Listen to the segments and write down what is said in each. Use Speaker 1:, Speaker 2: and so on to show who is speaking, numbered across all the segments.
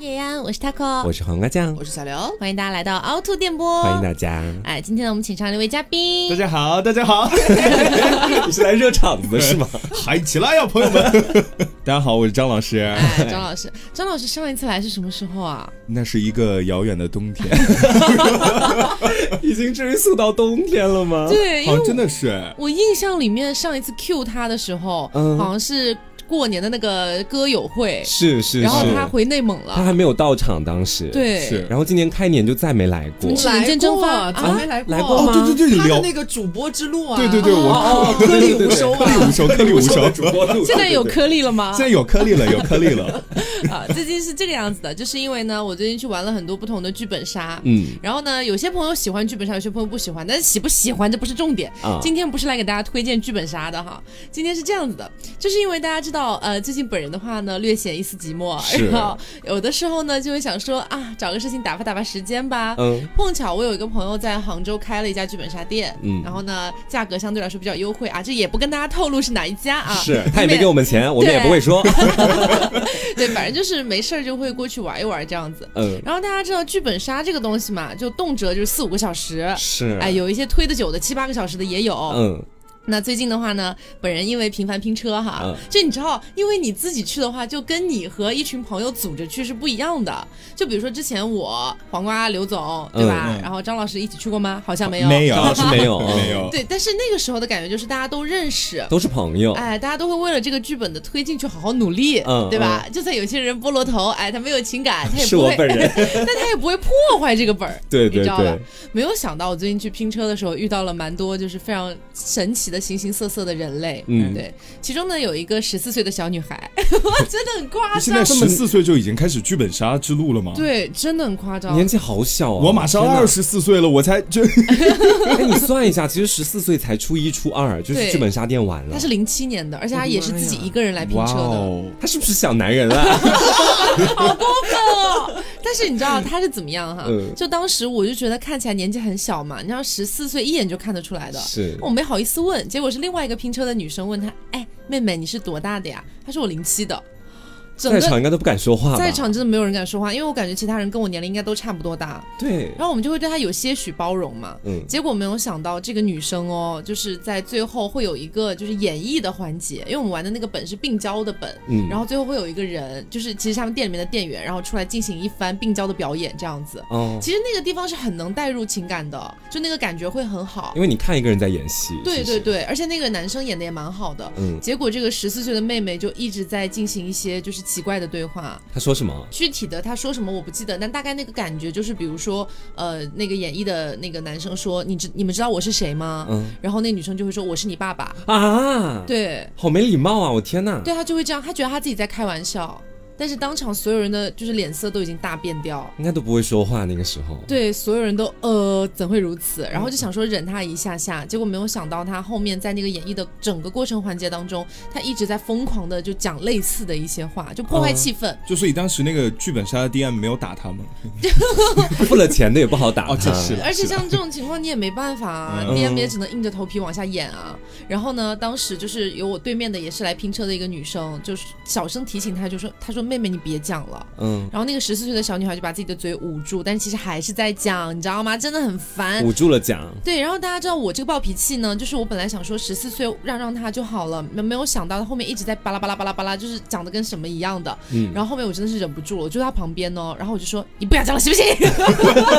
Speaker 1: 叶安，我是 taco，
Speaker 2: 我是黄瓜酱，
Speaker 3: 哦
Speaker 4: 我是小刘。
Speaker 1: 欢迎大家来到凹凸电波，
Speaker 2: 欢迎大家。
Speaker 1: 哎，今天呢，我们请上了一位嘉宾，
Speaker 3: 大家好，大家好，
Speaker 2: 你是来热场子的是 吗？
Speaker 3: 嗨起来呀，朋友们！大家好，我是张老师。
Speaker 1: 哎，张老师，张老师上一次来是什么时候啊？
Speaker 3: 那是一个遥远的冬天，
Speaker 2: 已经追溯到冬天了吗？
Speaker 1: 对，因
Speaker 3: 好
Speaker 1: 为
Speaker 3: 像
Speaker 1: 我
Speaker 3: 哦真的是
Speaker 1: 我印象里面上一次 Q 他的时候，
Speaker 2: 嗯
Speaker 1: 好像是过年的那个歌友会，
Speaker 3: 是是
Speaker 1: 然后他回内蒙
Speaker 2: 他
Speaker 1: 了，
Speaker 2: 还没有到场，当时。。
Speaker 1: 对，
Speaker 3: 是
Speaker 2: 然后今年开年就再没来过
Speaker 1: 嗯。是人间蒸发
Speaker 4: 咱没啊来
Speaker 2: 来过
Speaker 4: 过
Speaker 2: 吗
Speaker 3: 哦对对对，
Speaker 4: 他的
Speaker 3: 聊
Speaker 4: 那个主播之路啊，
Speaker 3: 哦对对对，
Speaker 1: 哦
Speaker 3: 我
Speaker 4: 颗粒无收啊，
Speaker 3: 颗粒无收，颗粒无收。
Speaker 2: 播录
Speaker 1: 现在有颗粒了吗？
Speaker 3: 现在有颗粒了，有颗粒了。
Speaker 1: 啊，最近是这个样子的，就是因为呢，我最近去玩了很多不同的剧本杀，
Speaker 2: 嗯
Speaker 1: 然后呢，有些朋友喜欢剧本杀，有些朋友不喜欢，但是喜不喜欢这不是重点。
Speaker 2: 啊
Speaker 1: 今天不是来给大家推荐剧本杀的哈，今天是这样子的，就是因为大家知道，呃，最近本人的话呢，略显一丝寂寞，
Speaker 3: 是
Speaker 1: 然后有的时候呢，就会想说啊，找个事情打发打发时间吧。
Speaker 2: 嗯
Speaker 1: 碰巧我有一个朋友在杭州开了一家剧本杀店，
Speaker 2: 嗯
Speaker 1: 然后呢，价格相对来说比较优惠啊，这也不跟大家透露是哪一家啊，
Speaker 3: 是
Speaker 2: 他也没给我们钱，我们也不 会说。
Speaker 1: 对，反正就是没事儿就会过去玩一玩这样子。
Speaker 2: 嗯，
Speaker 1: 然后大家知道剧本杀这个东西嘛，就动辄就是四五个小时，
Speaker 2: 是。
Speaker 1: 哎，有一些推的久的七八个小时的也有。
Speaker 2: 嗯，
Speaker 1: 那最近的话呢，本人因为频繁拼车哈，
Speaker 2: 嗯
Speaker 1: 这你知道，因为你自己去的话，就跟你和一群朋友组着去是不一样的。就比如说之前我黄瓜刘总对吧，
Speaker 3: 嗯嗯
Speaker 1: 然后张老师一起去过吗？好像 没有，
Speaker 3: 没有，
Speaker 2: 张老师没有
Speaker 3: 没有。
Speaker 1: 对，但是那个时候的感觉就是大家都认识，
Speaker 2: 都是朋友。
Speaker 1: 哎，大家都会为了这个剧本的推进去好好努力，
Speaker 2: 嗯
Speaker 1: 对吧？就算有些人菠萝头，哎，他没有情感，他也
Speaker 2: 是
Speaker 1: 不
Speaker 2: 我
Speaker 1: 会，
Speaker 2: 本人
Speaker 1: 但他也不会破坏这个本儿，
Speaker 2: 对
Speaker 1: 你
Speaker 2: 对
Speaker 1: 知道吧
Speaker 2: 对，？
Speaker 1: 没有想到我最近去拼车的时候遇到了蛮多就是非常神奇的形形色色的人类，
Speaker 2: 嗯
Speaker 1: 对，其中呢有一个十四岁的小女孩， 真的很夸
Speaker 3: 你现在
Speaker 1: 张，
Speaker 3: 十四岁就已经开始剧本杀之路了吗？，
Speaker 1: 对，真的很夸张
Speaker 2: 年。纪好小啊！
Speaker 3: 我马上
Speaker 2: 天哪
Speaker 3: 二。十四岁了，我才这
Speaker 2: 哎，你算一下，其实十四岁才初一、初二，就是
Speaker 1: 对
Speaker 2: 剧本杀店玩了
Speaker 1: 她。是零七年的，而且她也是自己一个人来拼
Speaker 3: 哇
Speaker 1: 车的，
Speaker 3: 哦，
Speaker 2: 他是不是小男 人啊？
Speaker 1: 但是你知道她是怎么样哈
Speaker 2: 嗯？
Speaker 1: 就当时我就觉得看起来年纪很小嘛，你知道十四岁一眼就看得出来的，
Speaker 2: 是
Speaker 1: 我没好意思问，结果是另外一个拼车的女生问她：“哎，妹妹，你是多大的呀？”她说：“我零七的。”整
Speaker 2: 在
Speaker 1: 个
Speaker 2: 场应该都不敢说话吧？
Speaker 1: 在场真的没有人敢说话，因为我感觉其他人跟我年龄应该都差不多大，
Speaker 2: 对，
Speaker 1: 然后我们就会对她有些许包容嘛。
Speaker 2: 嗯
Speaker 1: 结果没有想到这个女生哦，就是在最后会有一个就是演绎的环节，因为我们玩的那个本是病娇的本，
Speaker 2: 嗯，
Speaker 1: 然后最后会有一个人，就是其实他们店里面的店员，然后出来进行一番病娇的表演这样子。
Speaker 2: 哦，
Speaker 1: 其实那个地方是很能带入情感的，哦就那个感觉会很好
Speaker 2: 因。为你看一个人在演戏，
Speaker 1: 对
Speaker 2: 其
Speaker 1: 对
Speaker 2: 实，
Speaker 1: 对，而且那个男生演的也蛮好的。
Speaker 2: 嗯，
Speaker 1: 结果这个十四岁的妹妹就一直在进行一些就是奇怪的对话，
Speaker 2: 他说什么？
Speaker 1: 具体的她说什么我不记得，但大概那个感觉就是，比如说，呃，那个演绎的那个男生说：“你知你们知道我是谁吗？”
Speaker 2: 嗯
Speaker 1: 然后那女生就会说：“我是你爸爸。
Speaker 2: 啊，，
Speaker 1: 对，
Speaker 2: 好没礼貌啊！我天呐，
Speaker 1: 对，她就会这样，她觉得她自己在开玩笑，但是当场所有人的就是脸色都已经大变掉。
Speaker 2: 应该都不会说话那个时候，
Speaker 1: 对，所有人都呃，怎会如此？然后就想说忍他一下下，结果没有想到他后面在那个演绎的整个过程环节当中，他一直在疯狂的就讲类似的一些话，就破坏
Speaker 2: 哦
Speaker 1: 气氛。
Speaker 3: 就所以当时那个剧本杀的 DM 没有打他们。
Speaker 2: 付了钱的也不 好打他，
Speaker 3: 哦这是
Speaker 1: 而且像这种情况你也没办法啊
Speaker 2: 啊嗯
Speaker 1: ，DM 也只能硬着头皮往下演啊。然后呢，当时就是有我对面的也是来拼车的一个女生，就是小声提醒她，就说：“她说妹妹你别讲了。”
Speaker 2: 嗯，
Speaker 1: 然后那个十四岁的小女孩就把自己的嘴捂住，但其实还是在讲，你知道吗？真的很烦。
Speaker 2: 捂住了讲，
Speaker 1: 对，然后大家知道我这个暴脾气呢，就是我本来想说十四岁让让他就好了，没没有想到他后面一直在巴拉巴拉巴拉巴拉，就是讲的跟什么一样的。
Speaker 2: 嗯，
Speaker 1: 然后后面我真的是忍不住了，我就在他旁边呢，然后我就说你不要讲了，行不 行？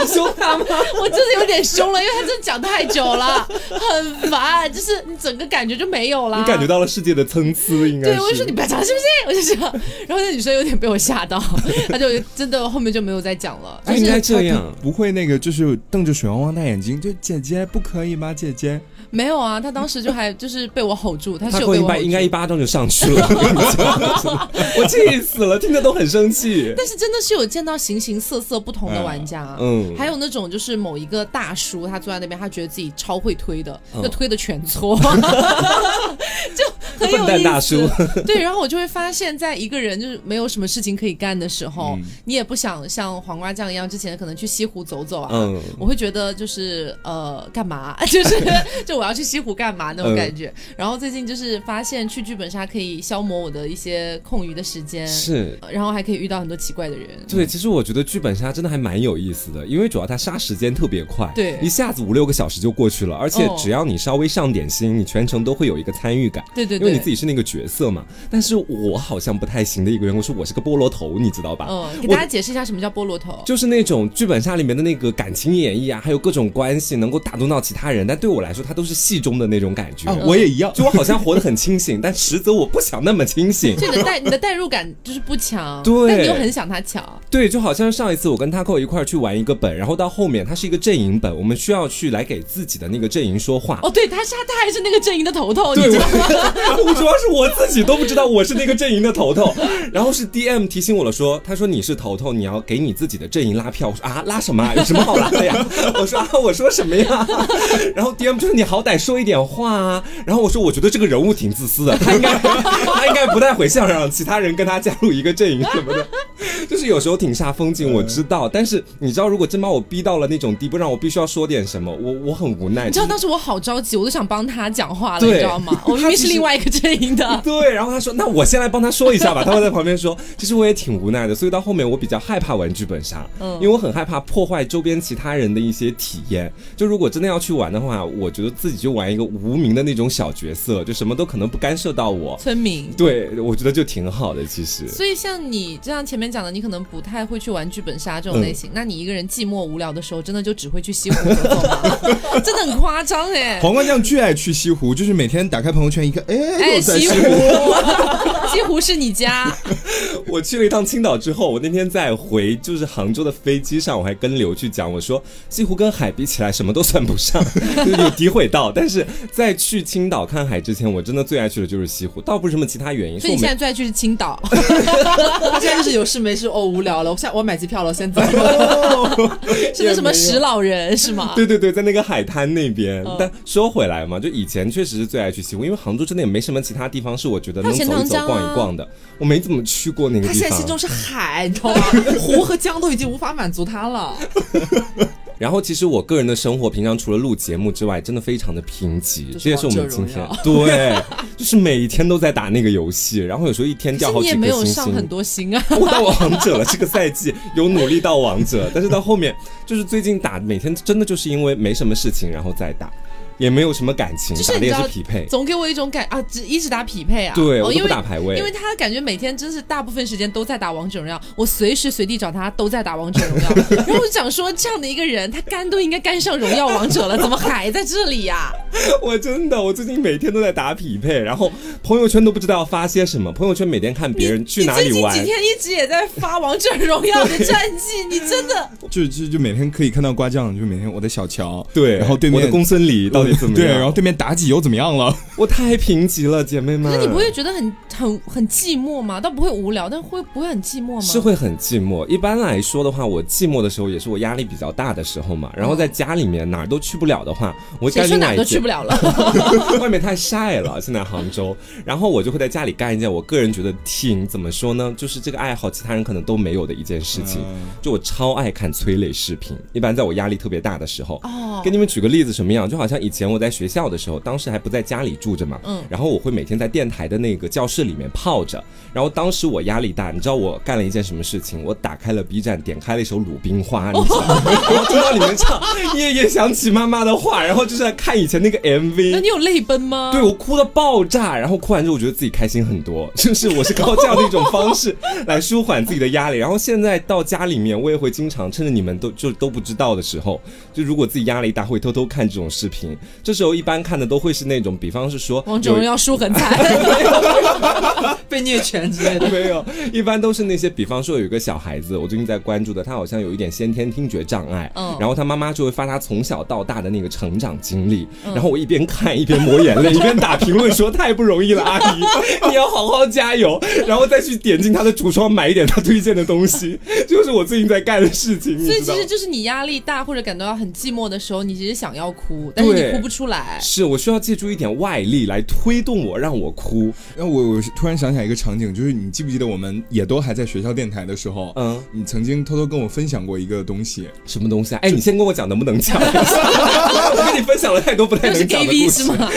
Speaker 2: 你凶他吗？
Speaker 1: 我真的有点凶了，因为他真的讲太久了，很烦，就是你整个感觉就没有了。
Speaker 2: 你感觉到了世界的参差，应该
Speaker 1: 对，
Speaker 2: 是
Speaker 1: 我就说你不要讲了，行不行？我就这样，然后那女生有点被我吓 到，她就真的后面就没有再讲了。
Speaker 2: 哎就应该这样，
Speaker 3: 不会那个就是瞪着水汪汪大眼睛，就姐姐不可以吗？姐姐，
Speaker 1: 没有啊，他当时就还就是被我吼住，他
Speaker 2: 他
Speaker 1: 是有
Speaker 2: 过
Speaker 1: 被我
Speaker 2: 一
Speaker 1: 吼
Speaker 2: 巴
Speaker 1: 住。
Speaker 2: 应该一巴掌就上去 了，我跟你讲我气死了，听着都很生气，
Speaker 1: 但是真的是有见到形形色色不同的玩家，
Speaker 2: 嗯
Speaker 1: 还有那种就是某一个大叔，他 坐在那边，他觉得自己超会推的，
Speaker 2: 嗯
Speaker 1: 就推的全错，就很有
Speaker 2: 笨蛋大叔
Speaker 1: 意思。对，然后我就会发现，在一个人就是没有什么事情可以干的时候，
Speaker 3: 嗯
Speaker 1: 你也不想像黄瓜酱一样，之前可能去西湖走走啊。
Speaker 2: 嗯，
Speaker 1: 我会觉得就是呃干嘛， 就是就我要去西湖干嘛
Speaker 2: 嗯
Speaker 1: 那种感觉。然后最近就是发现去剧本杀可以消磨我的一些空余的时间，
Speaker 2: 是。
Speaker 1: 呃然后还可以遇到很多奇怪的人。
Speaker 2: 对，其实我觉得剧本杀真的还蛮有意思的，因为主要它杀时间特别快，
Speaker 1: 对
Speaker 2: 一下子五六个小时就过去了，而且
Speaker 1: 哦
Speaker 2: 只要你稍微上点心，你全程都会有一个参与感。
Speaker 1: 对对
Speaker 2: 因为你
Speaker 1: 对
Speaker 2: 自，己是那个角色嘛，但是我好像不太行的一个人，我说我是个菠萝头，你知道吧？
Speaker 1: 嗯，给
Speaker 2: 我
Speaker 1: 大家解释一下什么叫菠萝头。
Speaker 2: 就是那种剧本杀里面的那个感情演绎啊，还有各种关系，能够打动到其他人。但对我来说，它都是戏中的那种感觉。
Speaker 1: 哦
Speaker 3: 啊，我也一样。
Speaker 2: 就我好像活得很清醒，但实则我不想那么清醒。
Speaker 1: 就你的代你的代入感就是不 强，
Speaker 2: 对
Speaker 1: 但你又很想他强，
Speaker 2: 对，就好像上一次我跟 Taco 一块儿去玩一个本，然后到后面它是一个阵营本，我们需要去来给自己的那个阵营说话。
Speaker 1: 哦，对，他是他还是那个阵营的头头，你
Speaker 2: 对，
Speaker 1: 知道吗？
Speaker 2: 我 我主要是我自己都不知道我是那个阵营的头头，然后是 DM 提醒我了说，他说你是头头，你要给你自己的阵营拉票。我说啊，拉什么啊？有什么好拉的呀？ 我说啊，我说什么呀？然后 DM 就说你好歹说一点话啊。然后我说我觉得这个人物挺自私的，他应该 他应该不太会想让其他人跟他加入一个阵营什么的。 就是有时候挺煞风景，我知道，但是你知道，如果真把我逼到了那种地步，让我必须要说点什么，我我很无奈。
Speaker 1: 你知道当时我好着急，我都想帮他讲话了，
Speaker 2: 对
Speaker 1: 你知道吗？我明明是另外一个阵营的，
Speaker 2: 对，然后他说：“那我先来帮他说一下吧。”他会在旁边说：“其实我也挺无奈的，所以到后面我比较害怕玩剧本杀，
Speaker 1: 嗯
Speaker 2: 因为我很害怕破坏周边其他人的一些体验。就如果真的要去玩的话，我觉得自己就玩一个无名的那种小角色，就什么都可能不干涉 到我。
Speaker 1: 村民。
Speaker 2: 对，我觉得就挺好的，其实。”
Speaker 1: 所以像你这样前面讲的，你可能不太会去玩剧本杀这种类型。
Speaker 2: 嗯
Speaker 1: 那你一个人寂寞无聊的时候，真的就只会去西湖走走吗？ 真的很夸张哎、
Speaker 3: 黄瓜酱巨爱去西湖，就是每天打开朋友圈一看，哎，
Speaker 1: 哎，
Speaker 3: 又在
Speaker 1: 西
Speaker 3: 西
Speaker 1: 湖
Speaker 3: 湖。，
Speaker 1: 西湖是你家，
Speaker 2: 我去了一趟青岛之后，我那天在回就是杭州的飞机上，我还跟刘去讲，我说西湖跟海比起来什么都算不上， 就是有诋毁到。但是在去青岛看海之前，我真的最爱去的就是西湖，倒不是什么其他原因。是
Speaker 1: 所以
Speaker 2: 我
Speaker 1: 你现在
Speaker 2: 们
Speaker 1: 最爱去是青岛。
Speaker 4: 他现在就是有事没事哦，无聊了，我下我买机票了，先走。
Speaker 1: 是那什么石老人是吗？
Speaker 2: 对对对，在那个海滩那边。
Speaker 1: 嗯
Speaker 2: 但说回来嘛，就以前确实是最爱去西湖，因为杭州真的也没什么其他地方是我觉得能
Speaker 1: 还有
Speaker 2: 走一
Speaker 1: 钱塘
Speaker 2: 走、
Speaker 1: 江啊
Speaker 2: 逛一逛的。我没怎么去过那个
Speaker 4: 他
Speaker 2: 地
Speaker 4: 现在
Speaker 2: 方。
Speaker 4: 心
Speaker 2: 啊
Speaker 4: 中是海，你知道吗？ 湖和江都已经无法满足他了。
Speaker 2: 然后其实我个人的生活，平常除了录节目之外，真的非常的贫瘠。
Speaker 4: 就
Speaker 2: 这
Speaker 4: 是
Speaker 2: 也是我
Speaker 4: 王者
Speaker 2: 们今天
Speaker 4: 荣耀
Speaker 2: 对，就是每一天都在打那个游戏，然后有时候一天
Speaker 1: 可
Speaker 2: 掉
Speaker 1: 是
Speaker 2: 好
Speaker 1: 你
Speaker 2: 几
Speaker 1: 也
Speaker 2: 颗
Speaker 1: 没有
Speaker 2: 星
Speaker 1: 上很
Speaker 2: 星。
Speaker 1: 多星啊。
Speaker 2: 我到王者了，这个赛季有努力到王者，但是到后面就是最近打，每天真的就是因为没什么事情，然后再打，也没有什么感情，
Speaker 1: 就是
Speaker 2: 打的
Speaker 1: 你
Speaker 2: 也
Speaker 1: 知
Speaker 2: 是
Speaker 1: 道
Speaker 2: 匹配。
Speaker 1: 总给我一种感啊，只一直打匹配啊，
Speaker 2: 对，
Speaker 1: 哦
Speaker 2: 我都
Speaker 1: 因
Speaker 2: 不
Speaker 1: 为
Speaker 2: 打排位，
Speaker 1: 因为他感觉每天真是大部分时间都在打王者荣耀，我随时随地找他都在打王者荣 耀，然后我就想说，这样的一个人，他肝都应该肝上荣耀王者了，怎么还在这里 呀、
Speaker 2: 我真的，我最近每天都在打匹配，然后 朋友圈都不知道要发些什么，朋友圈每天看别人去
Speaker 1: 你
Speaker 2: 哪
Speaker 1: 最
Speaker 2: 里
Speaker 1: 近
Speaker 2: 玩
Speaker 1: 几。天一直也在发王者荣耀的 战绩，你真的
Speaker 3: 就就就每天可以看到瓜酱，就每天我的小乔，
Speaker 2: 对，
Speaker 3: 然后对
Speaker 2: 我
Speaker 3: 面
Speaker 2: 的公孙离到底怎么样？
Speaker 3: 对，然后对面妲己又怎么样了？
Speaker 2: 我太贫瘠了，姐妹们。
Speaker 1: 那你不会觉得很很很寂寞吗？倒不会无聊，但会不会很寂寞吗？
Speaker 2: 是会很寂寞。一般来说的话，我寂寞的时候也是我压力比较大的时候嘛。然后在家里面哪儿都去不了的话，我
Speaker 1: 哦谁
Speaker 2: 干
Speaker 1: 说
Speaker 2: 另
Speaker 1: 哪
Speaker 2: 外
Speaker 1: 儿
Speaker 2: 一
Speaker 1: 都去
Speaker 2: 件
Speaker 1: 不。了了？
Speaker 2: 外面太晒了，现在杭州。然后我就会在家里干一件我个人觉得挺怎么说呢，就是这个爱好其他人可能都没有的一件事情。就我超爱看催泪视频，一般在我压力特别大的时候。
Speaker 1: 哦
Speaker 2: 给，你们举个例子，什么样？就好像以前我在学校的时候，当时还不在家里住着嘛，
Speaker 1: 嗯
Speaker 2: 然后我会每天在电台的那个教室里面泡着。然后当时我压力大，你知道我干了一件什么事情？我打开了 B 站，点开了一首《鲁冰花》，你知道吗？ 然后听到里面唱《夜夜想起妈妈的话》，然后就是在看以前那个 MV，
Speaker 1: 那你有泪奔吗？
Speaker 2: 对我哭的爆炸，然后哭完之后，我觉得自己开心很多， 就是我是靠这样的一种方式 来舒缓自己的压力。然后现在到家里面，我也会经常趁着你们都就都不知道的时候，就如果自己压力大，会偷偷看这种视频。这时候一般看的都会是那种，比方是说
Speaker 1: 王者荣耀输很惨。
Speaker 4: 被虐犬之类 的。
Speaker 2: 没有，一般都是那些，比方说有一个小孩子，我最近在关注的，他好像有一点先天听觉障碍，
Speaker 1: 嗯
Speaker 2: 然后他妈妈就会发他从小到大的那个成长经历，
Speaker 1: 嗯
Speaker 2: 然后我一边看一边抹眼泪，一边打评论说太不容易了，阿 姨，你要好好加油，然后再去点进他的橱窗买一点他推荐的东西， 就是我最近在干的事情，你
Speaker 1: 所以
Speaker 2: 知
Speaker 1: 其
Speaker 2: 道。
Speaker 1: 实就是你压力大或者感到很寂寞的时候，你其实想要哭，但是你哭不出来。
Speaker 2: 是我需要借助一点外力来推动我，让我哭。
Speaker 3: 然后哎我我突然想起来一个场景，就是你记不记得我们也都还在学校电台的时候，
Speaker 2: 嗯，
Speaker 3: 你曾经偷偷跟我分享过一个东西，
Speaker 2: 什么东西啊？哎，你先跟我讲能不能讲？ 我跟你分享了太多不太
Speaker 1: 又是
Speaker 2: 能讲
Speaker 1: gay
Speaker 2: 的故
Speaker 1: B
Speaker 2: 事
Speaker 1: 是。吗？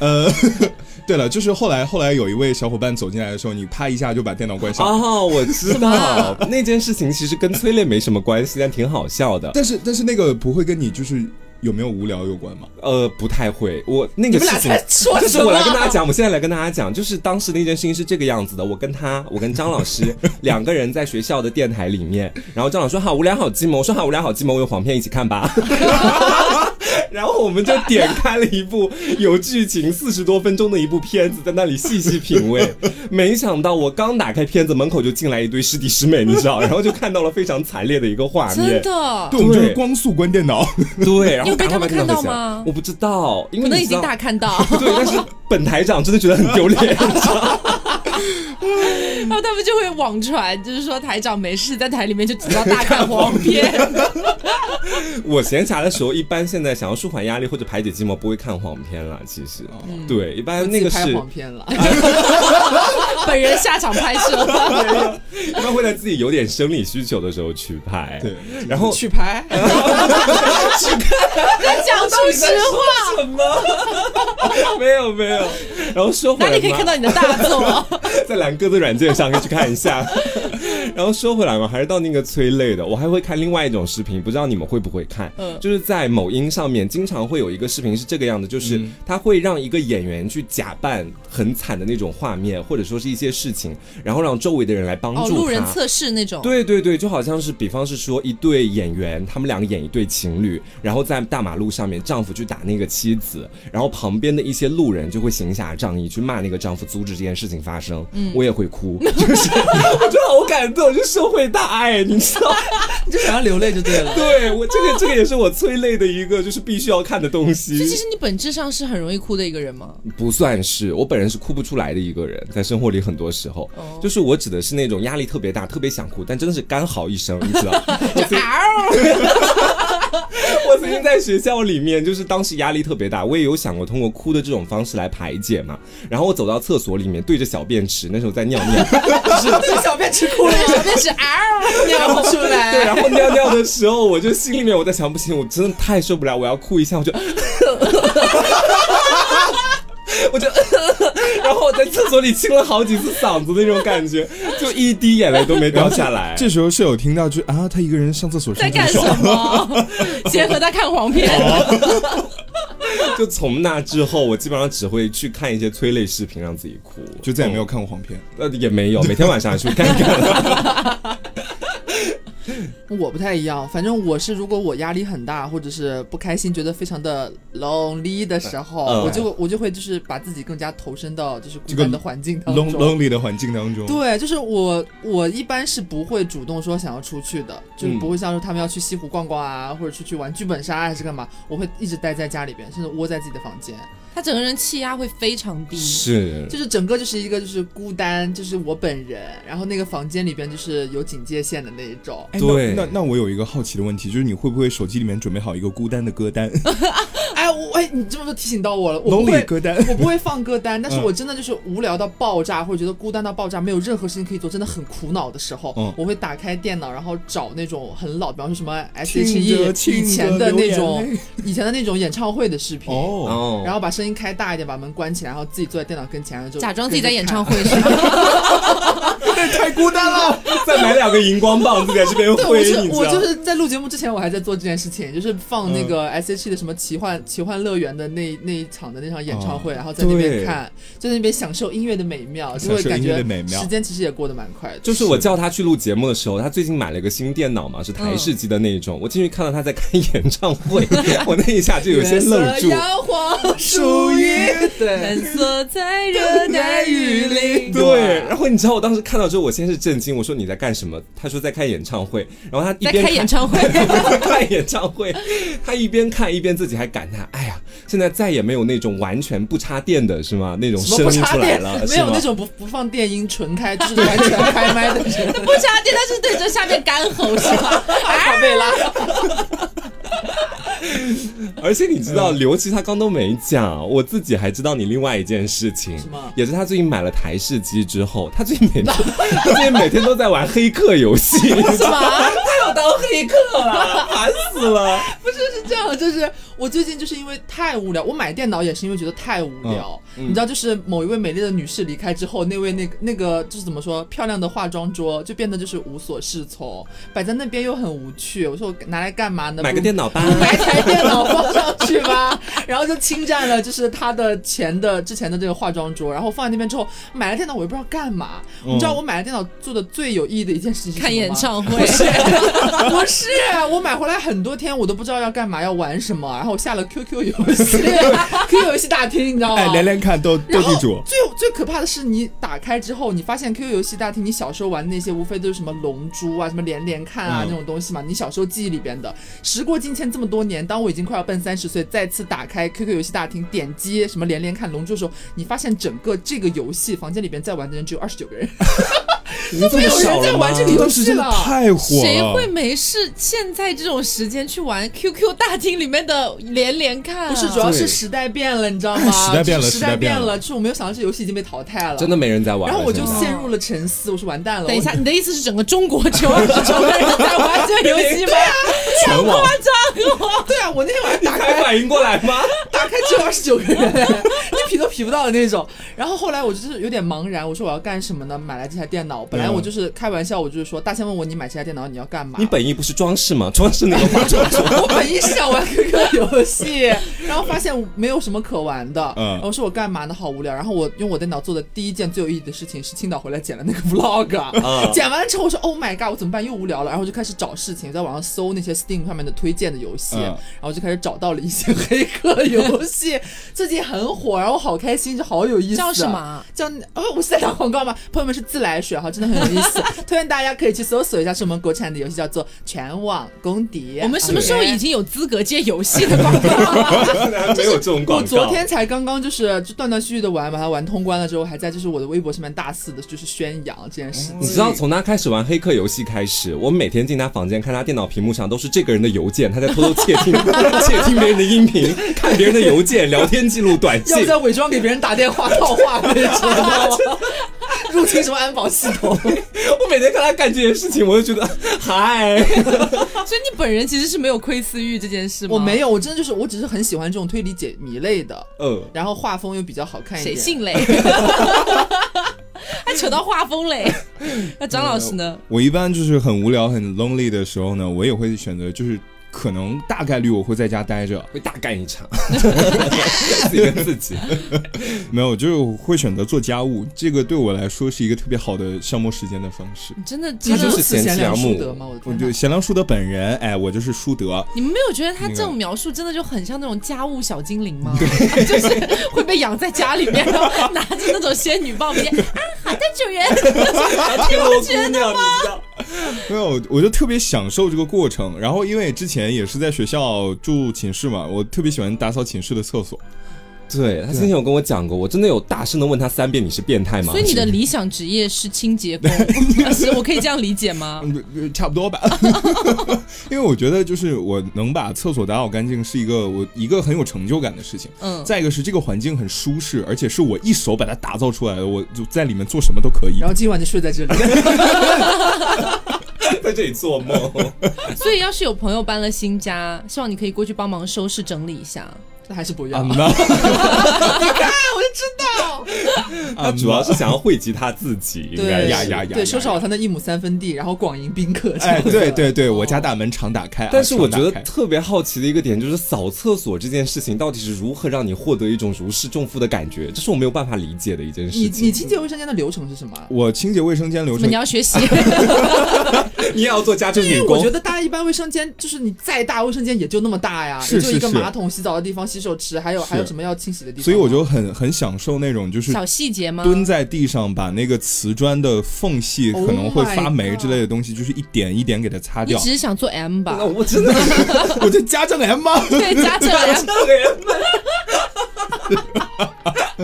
Speaker 3: 呃， 对了，就是后来后来有一位小伙伴走进来的时候，你啪一下就把电脑关上。
Speaker 2: 哦，我知道那件事情其实跟催泪没什么关系，但挺好笑的。
Speaker 3: 但是但是那个不会跟你就是有没有无聊有关吗？
Speaker 2: 呃，不太会，我那
Speaker 4: 你
Speaker 2: 个
Speaker 4: 们俩
Speaker 2: 事情
Speaker 4: 在说
Speaker 2: 就
Speaker 4: 什
Speaker 2: 是
Speaker 4: 么？
Speaker 2: 我来跟大家讲，我现在来跟大家讲，就是当时那件事情是这个样子的。我跟他，我跟张老师 两个人在学校的电台里面，然后张老师说好无聊，好寂寞。我说好无聊，好寂寞，我有黄片一起看吧。 然后我们就点开了一部有剧情四十多分钟的一部片子，在那里细细品味。没想到我刚打开片子，门口就进来一堆师弟师妹，你知道，然后就看到了非常惨烈的一个画面
Speaker 1: 真。的，
Speaker 3: 啊对，我们就是
Speaker 2: 对
Speaker 3: 光速关电脑。
Speaker 2: 对，然
Speaker 1: 你有
Speaker 2: 后
Speaker 1: 被
Speaker 2: 赶快把
Speaker 1: 他
Speaker 2: 电
Speaker 1: 们
Speaker 2: 脑
Speaker 1: 看
Speaker 2: 回
Speaker 1: 到
Speaker 2: 家
Speaker 1: 吗
Speaker 2: 我不知道，因为
Speaker 1: 可能
Speaker 2: 你
Speaker 1: 已
Speaker 2: 知
Speaker 1: 经
Speaker 2: 道
Speaker 1: 大看 到，
Speaker 2: 对，但是本台长真的觉得很丢 脸。
Speaker 1: 然后他们就会网传，就是说台长没事在台里面就只知道大看黄片，
Speaker 2: 我闲暇的时候，一般现在想要舒缓压力或者排解寂寞，不会看黄片了。其实，
Speaker 4: 哦
Speaker 2: 对，一般那个
Speaker 4: 拍
Speaker 2: 是
Speaker 4: 黄片了，
Speaker 1: 本人下场拍摄。
Speaker 2: 一般会在自己有点生理需求的时候去拍。
Speaker 3: 对，
Speaker 2: 然后
Speaker 4: 去 拍。
Speaker 1: 讲 出实话，
Speaker 2: 什么？ 没有没有。然后说回
Speaker 1: 哪
Speaker 2: 来嘛，
Speaker 1: 里可以看到你的大作？
Speaker 2: 在蓝哥的软件上可以去看一 下。然后说回来嘛，还是到那个催泪的，我还会看另外一种视频，不知道你们会不会看？
Speaker 1: 嗯
Speaker 2: 就是在某音上面经常会有一个视频是这个样的，就是
Speaker 1: 嗯
Speaker 2: 他会让一个演员去假扮很惨的那种画面，或者说是一些事情，然后让周围的人来帮
Speaker 1: 哦，
Speaker 2: 助他。
Speaker 1: 路人测试那种。
Speaker 2: 对对对，就好像是，比方是说一对演员，他们两个演一对情侣，然后在大马路上面，丈夫去打那个妻子，然后旁边的一些路人就会行侠仗义去骂那个丈夫，阻止这件事情发生。嗯， 我也会哭，就是我觉得好感动，就社会大爱，你知 道？
Speaker 4: 你就想要流泪就对 了。
Speaker 2: 对我这个这个也是我催泪的一个，就是必须要看的东
Speaker 1: 就其
Speaker 2: 西。
Speaker 1: 实你本质上是很容易哭的一个人吗？
Speaker 2: 不算是，我本人是哭不出来的一个人，在生活里很多时候，
Speaker 1: 哦
Speaker 2: 就是我指的是那种压力特别大，特别想哭，但真的是干嚎一声，你知道？
Speaker 1: 嗷！
Speaker 2: 我曾经在学校里面，就是当时压力特别大，我也有想过通过哭的这种方式来排解嘛。然后我走到厕所里面，对着小便池，那时候在尿尿，
Speaker 4: 对小便池 哭了，
Speaker 1: 小便是嗷，
Speaker 4: 尿不 出
Speaker 2: 对，
Speaker 4: 来。
Speaker 2: 然后尿尿的时候，我就心里面我在想，不行，我真的太受不了，我要哭一下，我就。我就， 然后我在厕所里清了好几次嗓子的那种感觉，就一滴眼泪都没掉下 来。
Speaker 3: 这时候室友听到就啊，他一个人上厕所
Speaker 1: 在
Speaker 3: 上
Speaker 1: 干
Speaker 3: 厕
Speaker 1: 什
Speaker 3: 所，
Speaker 1: 么？结合他看黄片，
Speaker 2: 就从那之后，我基本上只会去看一些催泪视频，让自己哭，
Speaker 3: 就再也没有看过黄片。
Speaker 2: 呃，也没 有，每天晚上还是会看一看。
Speaker 4: 我不太一样，反正我是，如果我压力很大，或者是不开心，觉得非常的 lonely 的时候，
Speaker 2: 嗯
Speaker 4: 我就我就会就是把自己更加投身到就是孤
Speaker 3: 这个
Speaker 4: 单的环境当
Speaker 3: lon
Speaker 4: 中。
Speaker 3: lonely 的环境当中，
Speaker 4: 对，就是我，我一般是不会主动说想要出去的，就是不会像说他们要去西湖逛逛啊，或者出去玩剧本杀啊还是干嘛，我会一直待在家里边，甚至窝在自己的房间，
Speaker 1: 他整个人气压会非常低。
Speaker 2: 是，
Speaker 4: 就是整个就是一个就是孤单，就是我本人，然后那个房间里边就是有警戒线的那一种。
Speaker 3: 哎，
Speaker 2: 对
Speaker 3: 那那那我有一个好奇的问题，就是你会不会手机里面准备好一个孤单的歌单
Speaker 4: 哎，我哎，你这么说提醒到我了，我不
Speaker 3: ，lonely
Speaker 4: 会。
Speaker 3: 歌 单？
Speaker 4: 我不会放歌单，但
Speaker 3: 嗯
Speaker 4: 是我真的就是无聊到爆炸，或者觉得孤单到爆炸，没有任何事情可以做，真的很苦恼的时候，
Speaker 3: 嗯
Speaker 4: 我会打开电脑，然后找那种很老，比方说什么
Speaker 3: 听
Speaker 4: S H
Speaker 3: 着
Speaker 4: E
Speaker 3: 听
Speaker 4: 以
Speaker 3: 着
Speaker 4: 前的
Speaker 3: 流
Speaker 4: 那
Speaker 3: 眼
Speaker 4: 种
Speaker 3: 泪
Speaker 4: 以前的那种演唱会的视频，
Speaker 3: 哦，
Speaker 2: 哦
Speaker 4: 然后把声音开大一点，把门关起来，然后自己坐在电脑跟前，然后就
Speaker 1: 假装自己在演唱
Speaker 4: 会。
Speaker 1: 会是吧？
Speaker 3: 太孤单了。
Speaker 2: 再买两个荧光棒，自己在这边
Speaker 4: 对，我
Speaker 2: 挥，
Speaker 4: 是
Speaker 2: 你嗯知
Speaker 4: 我
Speaker 2: 道
Speaker 4: 就。是在录节目之前，我还在做这件事情，就是放那个 S H E 的什么奇幻奇幻乐园的那那一场的那场演唱会，然后在那
Speaker 2: 哦对
Speaker 4: 边看，在那边享受音乐的美妙，就
Speaker 3: 享
Speaker 4: 会
Speaker 3: 受
Speaker 4: 感
Speaker 3: 音乐
Speaker 4: 觉
Speaker 3: 的美妙
Speaker 4: 时间其实也过得蛮快的。
Speaker 2: 就是我叫他去录节目的时候，他最近买了个新电脑嘛，是台式机的那种。我进去看到他在开演唱会，我那一下就有些愣
Speaker 4: 月色
Speaker 2: 住。
Speaker 4: 摇晃树叶，对，
Speaker 1: 蜷缩在热带雨 林。
Speaker 2: 哎对，然后你知道我当时看到之后，我先是震惊，我说你在干什么？他说在开演唱会，然后他一
Speaker 1: 在
Speaker 2: 边
Speaker 1: 开演唱会，
Speaker 2: 看演唱会，他一边看一边自己还感叹：“哎呀，现在再也没有那种完全不插电的是吗？那种
Speaker 4: 什
Speaker 2: 声
Speaker 4: 么不
Speaker 2: 音
Speaker 4: 插
Speaker 2: 出来
Speaker 4: 电
Speaker 2: 了，，
Speaker 4: 没
Speaker 2: 是
Speaker 4: 有
Speaker 2: 吗
Speaker 4: 那种不不放电音纯 开，就是完全开麦的人。
Speaker 1: 不 插电，但是对着下面干吼是吧？
Speaker 4: 卡贝拉，
Speaker 2: 而且你知
Speaker 4: 嗯
Speaker 2: 道，刘琦他刚都没讲，我自己还知道你另外一件事情
Speaker 4: 什么，
Speaker 2: 也是他最近买了台式机之后，他最近每 天他最近每天都在玩黑客游戏，
Speaker 1: 什么？
Speaker 2: 他要当黑客了，烦死 了。
Speaker 4: 不是是这样，就是我最近就是因为太无聊，我买电脑也是因为觉得太无聊。
Speaker 2: 嗯
Speaker 4: 你知道，就是某一位美丽的女士离开之后，那位那个那个就是怎么说，漂亮的化妆桌就变得就是无所适从，摆在那边又很无趣。我说我拿来干嘛呢？
Speaker 2: 买个
Speaker 4: 不
Speaker 2: 电脑吧，
Speaker 4: 买台电脑放上去吧，然后就侵占了就是他的前的之前的这个化妆桌，然后放在那边之后，买了电脑我也不知道干嘛。你
Speaker 2: 嗯
Speaker 4: 知道我买了电脑做的最有意义的一件事情是
Speaker 1: 哎
Speaker 4: 什么吗
Speaker 1: 看演唱会
Speaker 4: 不 是不是，我买回来很多天我都不知道要干嘛要玩什么，然后我下了 QQ 游戏，QQ 游戏大厅你知道 吗？
Speaker 3: 哎，连连看斗斗
Speaker 4: 然后
Speaker 3: 地主，
Speaker 4: 最最可怕的是，你打开之后，你发现 QQ 游戏大厅，你小时候玩的那些无非都是什么龙珠啊、什么连连看啊、
Speaker 3: 嗯
Speaker 4: 那种东西嘛，你小时候记忆里边的。时过境迁这么多年，当我已经快要奔三十岁，再次打开 QQ 游戏大厅，点击什么连连看、龙珠的时候，你发现整个这个游戏房间里边在玩的人只有二十九个人，
Speaker 2: 你们这么
Speaker 4: 有人
Speaker 2: 少
Speaker 4: 在
Speaker 2: 了吗
Speaker 4: 玩这个游
Speaker 3: 啊当时
Speaker 4: 戏
Speaker 3: 真的
Speaker 4: 了。
Speaker 3: 太火
Speaker 1: 谁会
Speaker 3: 了。
Speaker 1: 没事现在这种时间去玩 QQ 大厅里面的连连看、啊？
Speaker 4: 不是，主要
Speaker 2: 对
Speaker 4: 是时代变了，你知道吗？
Speaker 3: 时代变了
Speaker 4: 就是时代
Speaker 3: 时代变
Speaker 4: 变
Speaker 3: 了
Speaker 4: 了，就是我没有想到这游戏已经被淘汰 了，
Speaker 2: 真的。没人在玩了。
Speaker 4: 然后我就
Speaker 2: 现在
Speaker 4: 陷入了沉思，我说完蛋了。
Speaker 1: 等一
Speaker 4: 我
Speaker 1: 下，你的意思是整个中国只有二十九个人在玩这个游戏 吗？
Speaker 2: 全网，
Speaker 1: 哦
Speaker 4: 对啊，我那天晚上
Speaker 2: 你
Speaker 4: 打开
Speaker 2: 才反应过来 吗？
Speaker 4: 打开只有二十九个人，你匹都匹不到的那种。然后后来我就是有点茫然，我说我要干什么呢？买来这台电脑，本来我就是开玩笑，我就是说大仙问我你买这台电脑你要干嘛？
Speaker 2: 你本意不是装饰吗？装饰那个 化妆桌。
Speaker 4: 我本意是想玩 QQ 游戏，然后发现没有什么可玩的，
Speaker 3: 嗯
Speaker 4: 然后我说我干嘛呢？好无聊。然后我用我电脑做的第一件最有意义的事情是青岛回来剪了那个 vlog，、
Speaker 2: 嗯
Speaker 4: 剪完了之后我说 Oh my god，我怎么办？又无聊了，然后我就开始找事情，在网上搜那些 Steam 上面的推荐的游戏，
Speaker 3: 嗯
Speaker 4: 然后就开始找到了一些黑客游戏， 最近很火，然后我好开心，这好有意思。
Speaker 1: 叫什么啊？
Speaker 4: 叫哦，我是在打广告吗？朋友们是自来水哈，真的很有意 思，推荐大家可以去搜索一下，是我们国产的游戏叫做《全网公敌》。
Speaker 1: 我们什么时候
Speaker 4: 对
Speaker 1: 已经有资格接游戏的广 告？
Speaker 2: 没有这种广
Speaker 4: 我
Speaker 2: 告。
Speaker 4: 昨天才刚刚就是就断断续续的玩，把它玩通关了之后，还在就是我的微博上面大肆的就是宣扬这件事情。
Speaker 2: 你知道从他开始玩黑客游戏开始，我每天进他房间看他电脑屏幕上都是这个人的邮件，他在偷偷窃听 窃听别人的 音频，看别人的邮件、聊天记录、短
Speaker 4: 要
Speaker 2: 信
Speaker 4: 不。再伪装给别人打电话套话，你知道吗？入侵什么安保系统？
Speaker 2: 我每天看他干这件事情，我就觉得嗨，
Speaker 1: 所以你本人其实是没有窥私欲这件事吗？
Speaker 4: 我没
Speaker 1: 有，
Speaker 4: 有，我真的就是我只是很喜欢这种推理解谜类的，
Speaker 2: 嗯，
Speaker 4: 然后画风又比较好看一
Speaker 1: 谁
Speaker 4: 点。
Speaker 1: 信嘞？ 还扯到画风嘞？那张老师呢？
Speaker 3: 我一般就是很无聊、很 lonely 的时候呢，我也会选择就是。可能大概率我会在家待着，
Speaker 2: 会大干一场， 自己跟 自己。
Speaker 4: 嗯
Speaker 3: 没有，就是我会选择做家务。这个对我来说是一个特别好的消磨时间的方式。
Speaker 1: 你真的
Speaker 4: 他
Speaker 1: 真
Speaker 2: 就
Speaker 1: 的
Speaker 2: 是
Speaker 4: 如此
Speaker 2: 贤
Speaker 4: 贤良
Speaker 2: 良
Speaker 4: 淑
Speaker 2: 母
Speaker 4: 德吗？我的
Speaker 3: 我
Speaker 4: 天
Speaker 3: 就
Speaker 4: 哪！
Speaker 3: 贤良淑德本人，哎，我就是淑德，
Speaker 1: 你们没有觉得他这种描述真的就很像那种家务小精灵吗？ 就是会被养在家里面，然后拿着那种仙女棒，别 啊，好的，主人，
Speaker 2: 天罗姑 娘，你知道？
Speaker 3: 没有，我就特别享受这个过程。然后因为之前也是在学校住寝室嘛，我特别喜欢打扫寝室的厕所。
Speaker 2: 对他之前有跟我讲过，我真的有大声的问他三遍：“你是变态吗？”
Speaker 1: 所以你的理想职业是清洁工，啊是我可以这样理解吗？
Speaker 3: 嗯，呃差不多吧。 因为我觉得，就是我能把厕所打扫干净，是一个我一个很有成就感的事情。
Speaker 1: 嗯，
Speaker 3: 再一个是这个环境很舒适，而且是我一手把它打造出来的，我就在里面做什么都可以
Speaker 4: 然。后今晚就睡在这里，
Speaker 2: 在这里做梦。
Speaker 1: 嗯所以要是有朋友搬了新家，希望你可以过去帮忙收拾整理一下。
Speaker 4: 那还是不要。
Speaker 3: 啊那
Speaker 2: 他主要是想要惠及他自己，应该
Speaker 4: 对
Speaker 2: 是
Speaker 3: 呀呀呀
Speaker 4: 对，收拾好他那一亩三分地，然后广迎宾客。
Speaker 3: 哎，对对对，我家大门常打开啊。
Speaker 2: 但是我觉
Speaker 3: 常
Speaker 2: 得
Speaker 3: 打开
Speaker 2: 特别好奇的一个点就是扫厕所这件事情到底是如何让你获得一种如释重负的感觉，这是我没有办法理解的一件
Speaker 4: 你
Speaker 2: 事情。
Speaker 4: 你清洁卫生间的流程是什么啊？
Speaker 3: 我清洁卫生间流
Speaker 1: 怎么
Speaker 3: 程
Speaker 1: 你，要学习？
Speaker 2: 你也要做家政女
Speaker 4: 因为我觉得大家一般卫生间就是你再大卫生间也就那么大呀，
Speaker 3: 是
Speaker 4: 也就一个
Speaker 3: 是是
Speaker 4: 马桶、洗澡的地方、洗手池，还有
Speaker 3: 是
Speaker 4: 还有什么要清洗的地方。
Speaker 3: 所以我就很很享受那种就是
Speaker 1: 小细节吗？
Speaker 3: 蹲在地上，把那个瓷砖的缝隙
Speaker 4: Oh
Speaker 3: 可能会发
Speaker 4: my
Speaker 3: 霉
Speaker 4: god
Speaker 3: 之类的东西，就是一点一点给它擦
Speaker 1: 你
Speaker 3: 掉
Speaker 1: 只。是想做 M 吧
Speaker 2: 那？我真的是
Speaker 3: 我就家政 M 吗？
Speaker 1: 对，家政 M。
Speaker 2: 这个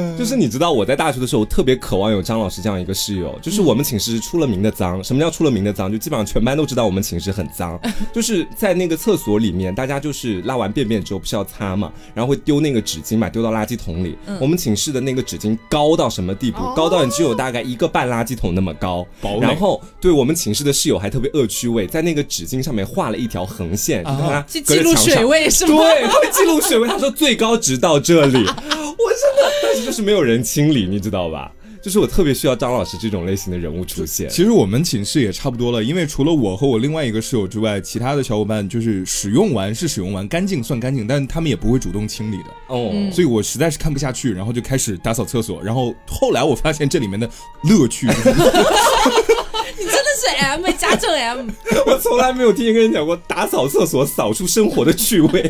Speaker 2: 人，就是你知道我在大学的时候，我特别渴望有张老师这样一个室友。就是我们寝室出了名的脏，什么叫出了名的脏？就基本上全班都知道我们寝室很脏， 就是在那个厕所里面，大家就是拉完便便之后不是要擦嘛，然后会丢那个纸巾嘛，丢到垃圾桶里。我们寝室的那个纸巾高到什么地步？高到你只有大概一个半垃圾桶那么高
Speaker 3: 堡。垒
Speaker 2: 然后对我们寝室的室友还特别恶趣味，在那个纸巾上面画了一条横线，就让它
Speaker 1: 去
Speaker 2: 隔
Speaker 1: 记
Speaker 2: 着
Speaker 1: 录
Speaker 2: 墙上
Speaker 1: 水位是吗？
Speaker 2: 对，他会记录水位，他说最高值到 这里，我真的，但是就是没有人清理，你知道吧？就是我特别需要张老师这种类型的人物出现。
Speaker 3: 其实我们寝室也差不多了，因为除了我和我另外一个室友之外，其他的小伙伴就是使用完是使用完，干净算干净，但他们也不会主动清理的。
Speaker 2: 哦，
Speaker 1: 嗯
Speaker 3: 所以我实在是看不下去，然后就开始打扫厕所。然后后来我发现这里面的乐趣就是
Speaker 1: 你真的是 M 加 正 M，
Speaker 2: 我从来没有听见跟人讲过打扫厕所扫出生活的趣味。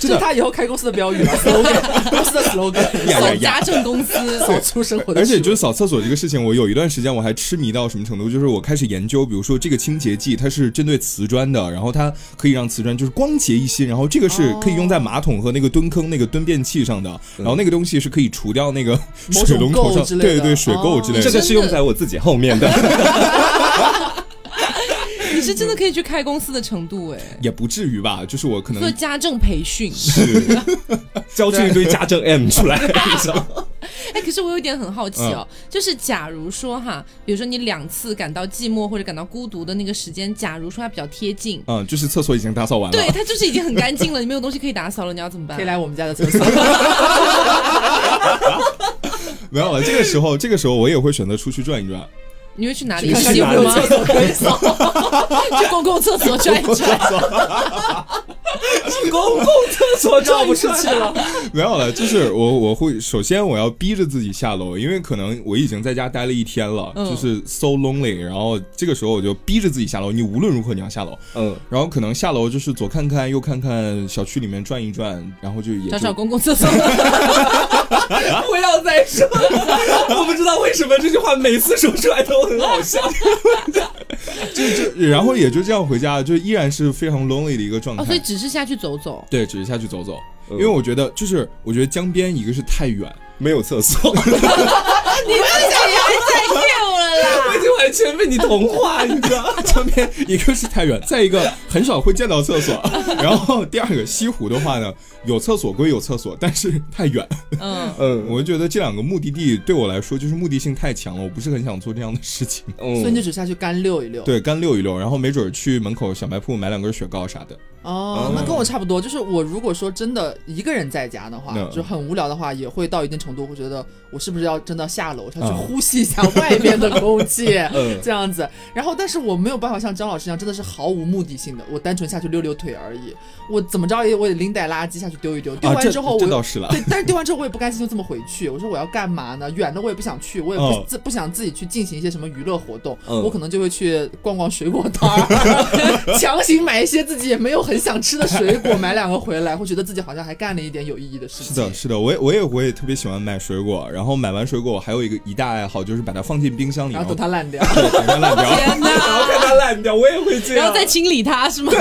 Speaker 4: 这是他以后开公司的标语啊，slogan，公司的 slogan，
Speaker 3: 呀呀
Speaker 1: 扫
Speaker 3: 呀
Speaker 1: 家政公 司，
Speaker 4: 扫出生活的
Speaker 3: 而且
Speaker 4: 趣味
Speaker 3: 就是扫厕所这个事情，我有一段时间我还痴迷到什么程度，就是我开始研究，比如说这个清洁剂它是针对瓷砖的，然后它可以让瓷砖就是光洁一新，然后这个
Speaker 4: 哦
Speaker 3: 是可以用在马桶和那个蹲坑那个蹲便器上的，然后那个东西是可以除掉那个
Speaker 4: 某种
Speaker 3: 水龙头
Speaker 4: 垢
Speaker 3: 上，
Speaker 4: 之类
Speaker 3: 对
Speaker 4: 的哦
Speaker 3: 对，水垢
Speaker 1: 嗯
Speaker 3: 之类
Speaker 2: 这
Speaker 3: 的。
Speaker 2: 个是用在我自己后 面的，
Speaker 1: 你是真的可以去开公司的程度哎、
Speaker 3: 也不至于吧，就是我可
Speaker 1: 做
Speaker 3: 能
Speaker 1: 家政培 训，
Speaker 2: 交出一堆家政 M 出 来，你知道吗？
Speaker 1: 哎，可是我有一点很好奇哦，
Speaker 3: 嗯
Speaker 1: 就是假如说哈，比如说你两次感到寂寞或者感到孤独的那个时间，假如说它比较贴近，
Speaker 3: 嗯，就是厕所已经打扫完了。
Speaker 1: 对，它就是已经很干净了，你 没有东西可以打扫了，你要怎么办
Speaker 4: 可以？来我们家的厕 所，
Speaker 3: 没有了，这个时候，这个时候我也会选择出去转一转。
Speaker 1: 你会去哪里？
Speaker 2: 去
Speaker 1: 西湖
Speaker 2: 哪里
Speaker 1: 吗？可以扫，去公共厕所 转一转。
Speaker 2: 公共厕所照不出去 了。
Speaker 3: 没有了，就是我我会首先我要逼着自己下楼，因为可能我已经在家待了一天了，
Speaker 1: 嗯
Speaker 3: 就是 so lonely。然后这个时候我就逼着自己下楼，你无论如何你要下楼。
Speaker 2: 嗯，
Speaker 3: 然后可能下楼就是左看看右看看，小区里面转一转，然后就也就
Speaker 1: 找找公共厕所，
Speaker 2: 不要再说了，我不知道为什么这句话每次说出来都很好笑。
Speaker 3: 就然后也就这样回家，就依然是非常 lonely 的一个状态。
Speaker 1: 哦，所以只是下去走走。
Speaker 3: 对，只是下去走走，
Speaker 2: 嗯
Speaker 3: 因为我觉得就是我觉得江边一个是太远，
Speaker 2: 没有厕 所。
Speaker 1: 你不想要再跳了啦？
Speaker 2: 我已经完全被你同 化，你知道？
Speaker 3: 江边一个是太远，再一个很少会见到厕所。 然后第二个西湖的话呢，有厕所归有厕所，但是太远。
Speaker 1: 嗯，
Speaker 2: 嗯，
Speaker 3: 我就觉得这两个目的地对我来说就是目的性太强了，我不是很想做这样的事情。
Speaker 4: 所以
Speaker 2: 嗯
Speaker 4: 你就只下去干溜一溜。
Speaker 3: 对，干溜一溜，然后没准儿去门口小卖铺买两根雪糕啥的。
Speaker 4: 哦
Speaker 2: 嗯，
Speaker 4: 那跟我差不多。就是我如果说真的一个人在家的话，
Speaker 3: 嗯
Speaker 4: 就很无聊的话，也会到一定程度，会觉得我是不是要真的下楼，要去
Speaker 3: 嗯
Speaker 4: 呼吸一下外面的空气。
Speaker 2: 嗯，
Speaker 4: 这样子，然后但是我没有办法像张老师一样，真的是毫无目的性的，我单纯下去溜溜腿而已。我怎么着也我得拎袋垃圾下去丢一丢，丢
Speaker 3: 啊，
Speaker 4: 完
Speaker 3: 这
Speaker 4: 之后我
Speaker 3: 这
Speaker 4: 又、
Speaker 3: 倒是了。
Speaker 4: 对，但是丢完之后我也不甘心就这么回去，我说我要干嘛呢？远的我也不想去，我也不、
Speaker 3: 嗯
Speaker 4: 自不想自己去进行一些什么娱乐活动，
Speaker 2: 嗯
Speaker 4: 我可能就会去逛逛水果摊儿， 强行买一些自己也没有很想吃的水果，买两个回来，会觉得自己好像还干了一点有意义的事
Speaker 3: 是
Speaker 4: 情。
Speaker 3: 的，是的，我也我也我也特别喜欢买水果，然后买完水果，我还有一个一大爱好就是把它放进冰箱里，
Speaker 4: 然
Speaker 3: 然后
Speaker 4: 后等它烂掉。
Speaker 3: 对等它烂掉。
Speaker 1: 天
Speaker 2: 然后
Speaker 1: 哪！
Speaker 2: 看它烂掉，我也会这
Speaker 4: 啊
Speaker 1: 然
Speaker 2: 样
Speaker 1: 后。再清理它是吗？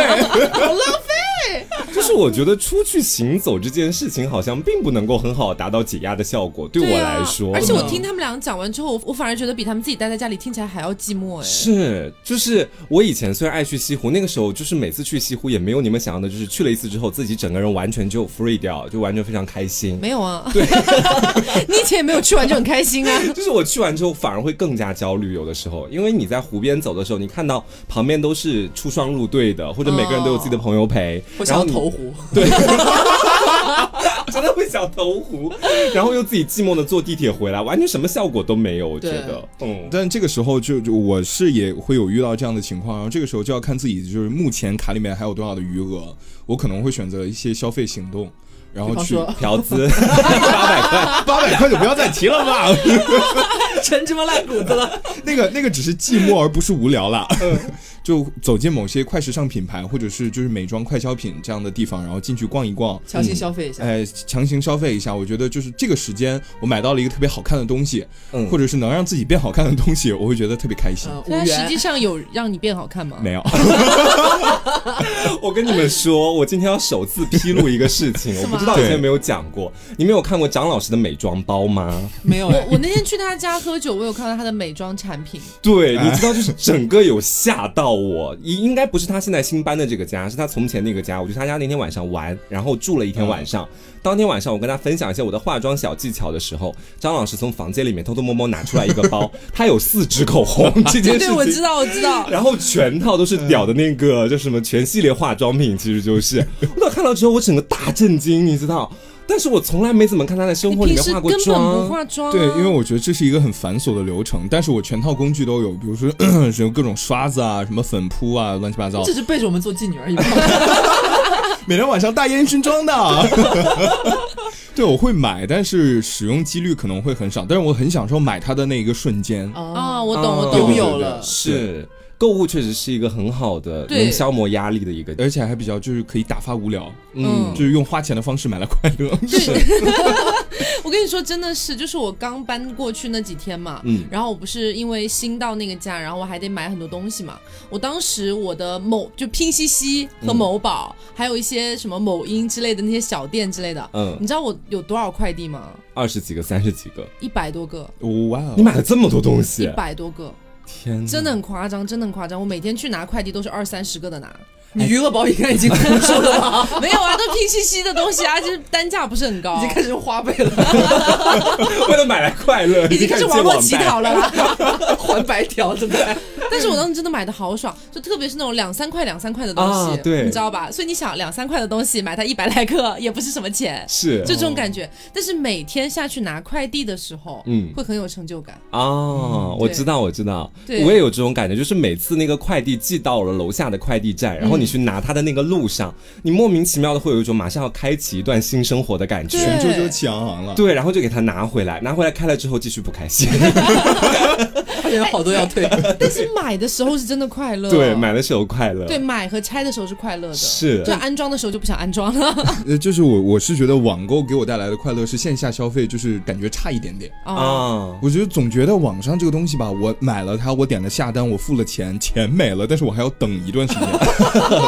Speaker 2: 就是我觉得出去行走这件事情，好像并不能够很好达到解压的效果， 对我
Speaker 1: 啊
Speaker 2: 来说。
Speaker 1: 而且我听他们俩讲完之后，我我反而觉得比他们自己待在家里听起来还要寂寞哎。
Speaker 2: 是，就是我以前虽然爱去西湖，那个时候就是每次去西湖也没有你们想象的，就是去了一次之后，自己整个人完全就 free 掉，就完全非常开心。
Speaker 1: 没有啊， 你以前也没有去完就很开心啊。
Speaker 2: 就是我去完之后反而会更加焦虑，有的时候，因为你在湖边走的时候，你看到旁边都是出双入对的，或者每个人都有自己的朋友陪，
Speaker 1: 哦
Speaker 4: 我想
Speaker 2: 然后
Speaker 4: 要
Speaker 2: 你
Speaker 4: 投壶，
Speaker 2: 真的会想投湖，然后又自己寂寞的坐地铁回来，完全什么效果都没有，我觉得，嗯，
Speaker 3: 但这个时候就就我是也会有遇到这样的情况，然后这个时候就要看自己就是目前卡里面还有多少的余额，我可能会选择一些消费行动，然后
Speaker 4: 比方
Speaker 3: 去
Speaker 4: 说
Speaker 2: 嫖资八百块，
Speaker 3: 八百块就不要再提了吧，
Speaker 4: 成芝麻烂谷子了。嗯
Speaker 3: 那个那个只是寂寞而不是无聊啦。 就走进某些快时尚品牌或者是就是美妆快消品这样的地方，然后进去逛一逛，
Speaker 4: 强行消费一下。
Speaker 3: 哎，强行消费一下，我觉得就是这个时间，我买到了一个特别好看的东西，
Speaker 2: 嗯
Speaker 3: 或者是能让自己变好看的东西，我会觉得特别开心。
Speaker 4: 嗯，五
Speaker 1: 但啊实
Speaker 4: 元
Speaker 1: 际上有让你变好看吗？
Speaker 3: 没有，
Speaker 2: 我跟你们说，我今天要首次披露一个事情，我不知道以前有没有讲过。你们有看过张老师的美妆包吗？
Speaker 4: 没有
Speaker 1: 我我那天去他家喝酒，我有看到他的美妆产 品，
Speaker 2: 对，你知道，就是整个有吓到我。应应该不是他现在新搬的这个家，是他从前那个家。我去他家那天晚上玩，然后住了一天晚上。当天晚上我跟他分享一些我的化妆小技巧的时候，张老师从房间里面偷偷摸摸拿出来一个包，他有四支口红，这
Speaker 1: 对
Speaker 2: 件事
Speaker 1: 对，
Speaker 2: 情。
Speaker 1: 我知道，我知道。
Speaker 2: 然后全套都是
Speaker 4: 嗯
Speaker 2: 屌的那个，叫什么全系列化妆品，其实就是。我当时看到之后，我整个大震惊，你知道？但是我从来没怎么看他在生
Speaker 1: 你
Speaker 2: 活里
Speaker 1: 平
Speaker 2: 面
Speaker 1: 时根
Speaker 2: 化过
Speaker 1: 本不
Speaker 2: 妆。
Speaker 1: 化妆、啊，
Speaker 3: 对，因为我觉得这是一个很繁琐的流程，但是我全套工具都有，比如说 咳咳什么各种刷子啊，什么粉扑啊，乱七八糟
Speaker 4: 这，是背着我们做妓女而已 吧。
Speaker 3: 每天晚上大烟 熏妆的。对，我会买，但是使用几率可能会很少，但是我很享受买它的那一个瞬
Speaker 2: 哦
Speaker 3: 间。
Speaker 1: 啊，
Speaker 4: 啊，
Speaker 1: 我懂，我
Speaker 4: 拥
Speaker 1: 懂。
Speaker 4: 有了
Speaker 2: 是购物确实是一个很好的
Speaker 1: 对
Speaker 2: 能消磨压力的一个。
Speaker 3: 而且还比较就是可以打发无聊，
Speaker 1: 嗯
Speaker 3: 就是用花钱的方式买来快 乐。
Speaker 1: 我跟你说，真的是，就是我刚搬过去那几天嘛，
Speaker 2: 嗯
Speaker 1: 然后我不是因为新到那个家，然后我还得买很多东西嘛。我当时我的某就拼夕夕和某宝，还有一些什么某音之类的那些小店之类的，
Speaker 2: 嗯，
Speaker 1: 你知道我有多少快递吗？
Speaker 2: 二十几个、三十几个，
Speaker 1: 一百多个，
Speaker 3: 哇哦
Speaker 2: 你！买了这么多东
Speaker 1: 一
Speaker 2: 西，
Speaker 1: 百多个，
Speaker 2: 天哪，
Speaker 1: 真的很夸张，真的很夸张。我每天去拿快递都是二三十个的 拿，
Speaker 4: 你余额宝应该已经空出 了吧？
Speaker 1: 没有啊，都拼夕夕的东西啊，就是单价不是很高
Speaker 4: 已经，开始用花呗了，
Speaker 2: 为了买来快乐，
Speaker 1: 已经开
Speaker 2: 开始
Speaker 1: 始
Speaker 2: 借
Speaker 1: 网络
Speaker 2: 网
Speaker 1: 乞
Speaker 2: 贷。
Speaker 1: 讨了啦。
Speaker 4: 还白条，对不对？
Speaker 1: 但是我当时真的买的好爽，就特别是那种两三块、两三块的东西，
Speaker 2: 啊对
Speaker 1: 你知道吧？所以你想，两三块的东西买它一百来克也不是什么钱，
Speaker 2: 是
Speaker 1: 就这种感觉。但是每天下去拿快递的时候，
Speaker 2: 嗯
Speaker 1: 会很有成就感。
Speaker 2: 啊，我
Speaker 1: 嗯对
Speaker 2: 知道，我知道，
Speaker 1: 对
Speaker 2: 我也有这种感觉，就是每次那个快递寄到了楼下的快递站，然
Speaker 1: 嗯
Speaker 2: 后你去拿它的那个路上，你莫名其妙的会有一种马上要开启一段新生活的感觉。
Speaker 3: 全球就起洋行了。
Speaker 2: 对，然后就给它拿回来，拿回来开了之后继续不开心。
Speaker 4: 发现有好多要退，
Speaker 1: 但是买的时候是真的快乐，
Speaker 2: 对，买的时候快乐。
Speaker 1: 对买和拆的时候是快乐的，
Speaker 2: 是啊
Speaker 1: 就安装的时候就不想安装 了。
Speaker 3: 呃，就是我我是觉得网购给我带来的快乐是线下消费就是感觉差一点点。
Speaker 1: 啊，
Speaker 2: 啊，
Speaker 3: 我觉得总觉得网上这个东西吧，我买了它，我点了下单，我付了钱，钱没了，但是我还要等一段时间，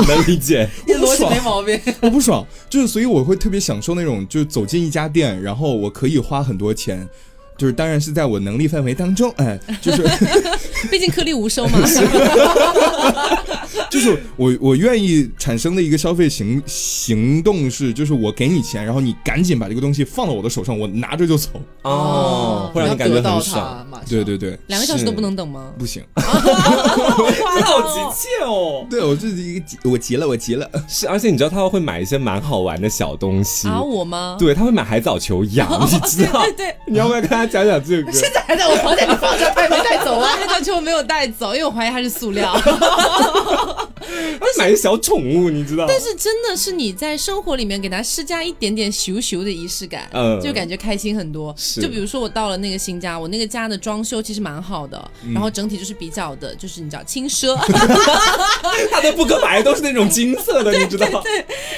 Speaker 2: 能 理解。
Speaker 4: 你逻辑没毛 病。
Speaker 3: 我不爽。就是所以我会特别享受那种，就是走进一家店，然后我可以花很多钱。就是当然是在我能力范围当中，哎，就是
Speaker 1: 毕竟颗粒无收嘛。
Speaker 3: 就是我我愿意产生的一个消费行行动是，就是我给你钱，然后你赶紧把这个东西放到我的手上，我拿着就走。
Speaker 2: 哦，会让你感觉很爽。
Speaker 4: 爽。
Speaker 3: 对对对，
Speaker 1: 两个小时都不能等 吗？
Speaker 3: 不行，
Speaker 1: 哇哦
Speaker 2: 急切哦！
Speaker 3: 对我这是一个急，我急了，我急了。
Speaker 2: 是，而且你知道他会买一些蛮好玩的小东西，
Speaker 1: 啊，我吗？
Speaker 2: 对，他会买海藻球痒，你知道？
Speaker 1: 对对对。
Speaker 2: 你要不要跟他讲讲这个？
Speaker 4: 现在还在我房间里放着，他也没带走
Speaker 1: 我
Speaker 4: 啊。
Speaker 1: 那条球没有带走，因为我怀疑它是塑料。
Speaker 2: 他买一小宠物，你知道？
Speaker 1: 但是真的是你在生活里面给它施加一点点咻咻的仪式感，
Speaker 2: 嗯
Speaker 1: 就感觉开心很多。
Speaker 2: 是
Speaker 1: 就比如说我到了那个新家，我那个家的装修其实蛮好的，
Speaker 2: 嗯
Speaker 1: 然后整体就是比较的，就是你知道轻 奢。
Speaker 2: 他的扑克牌都是那种金 色的，你知道？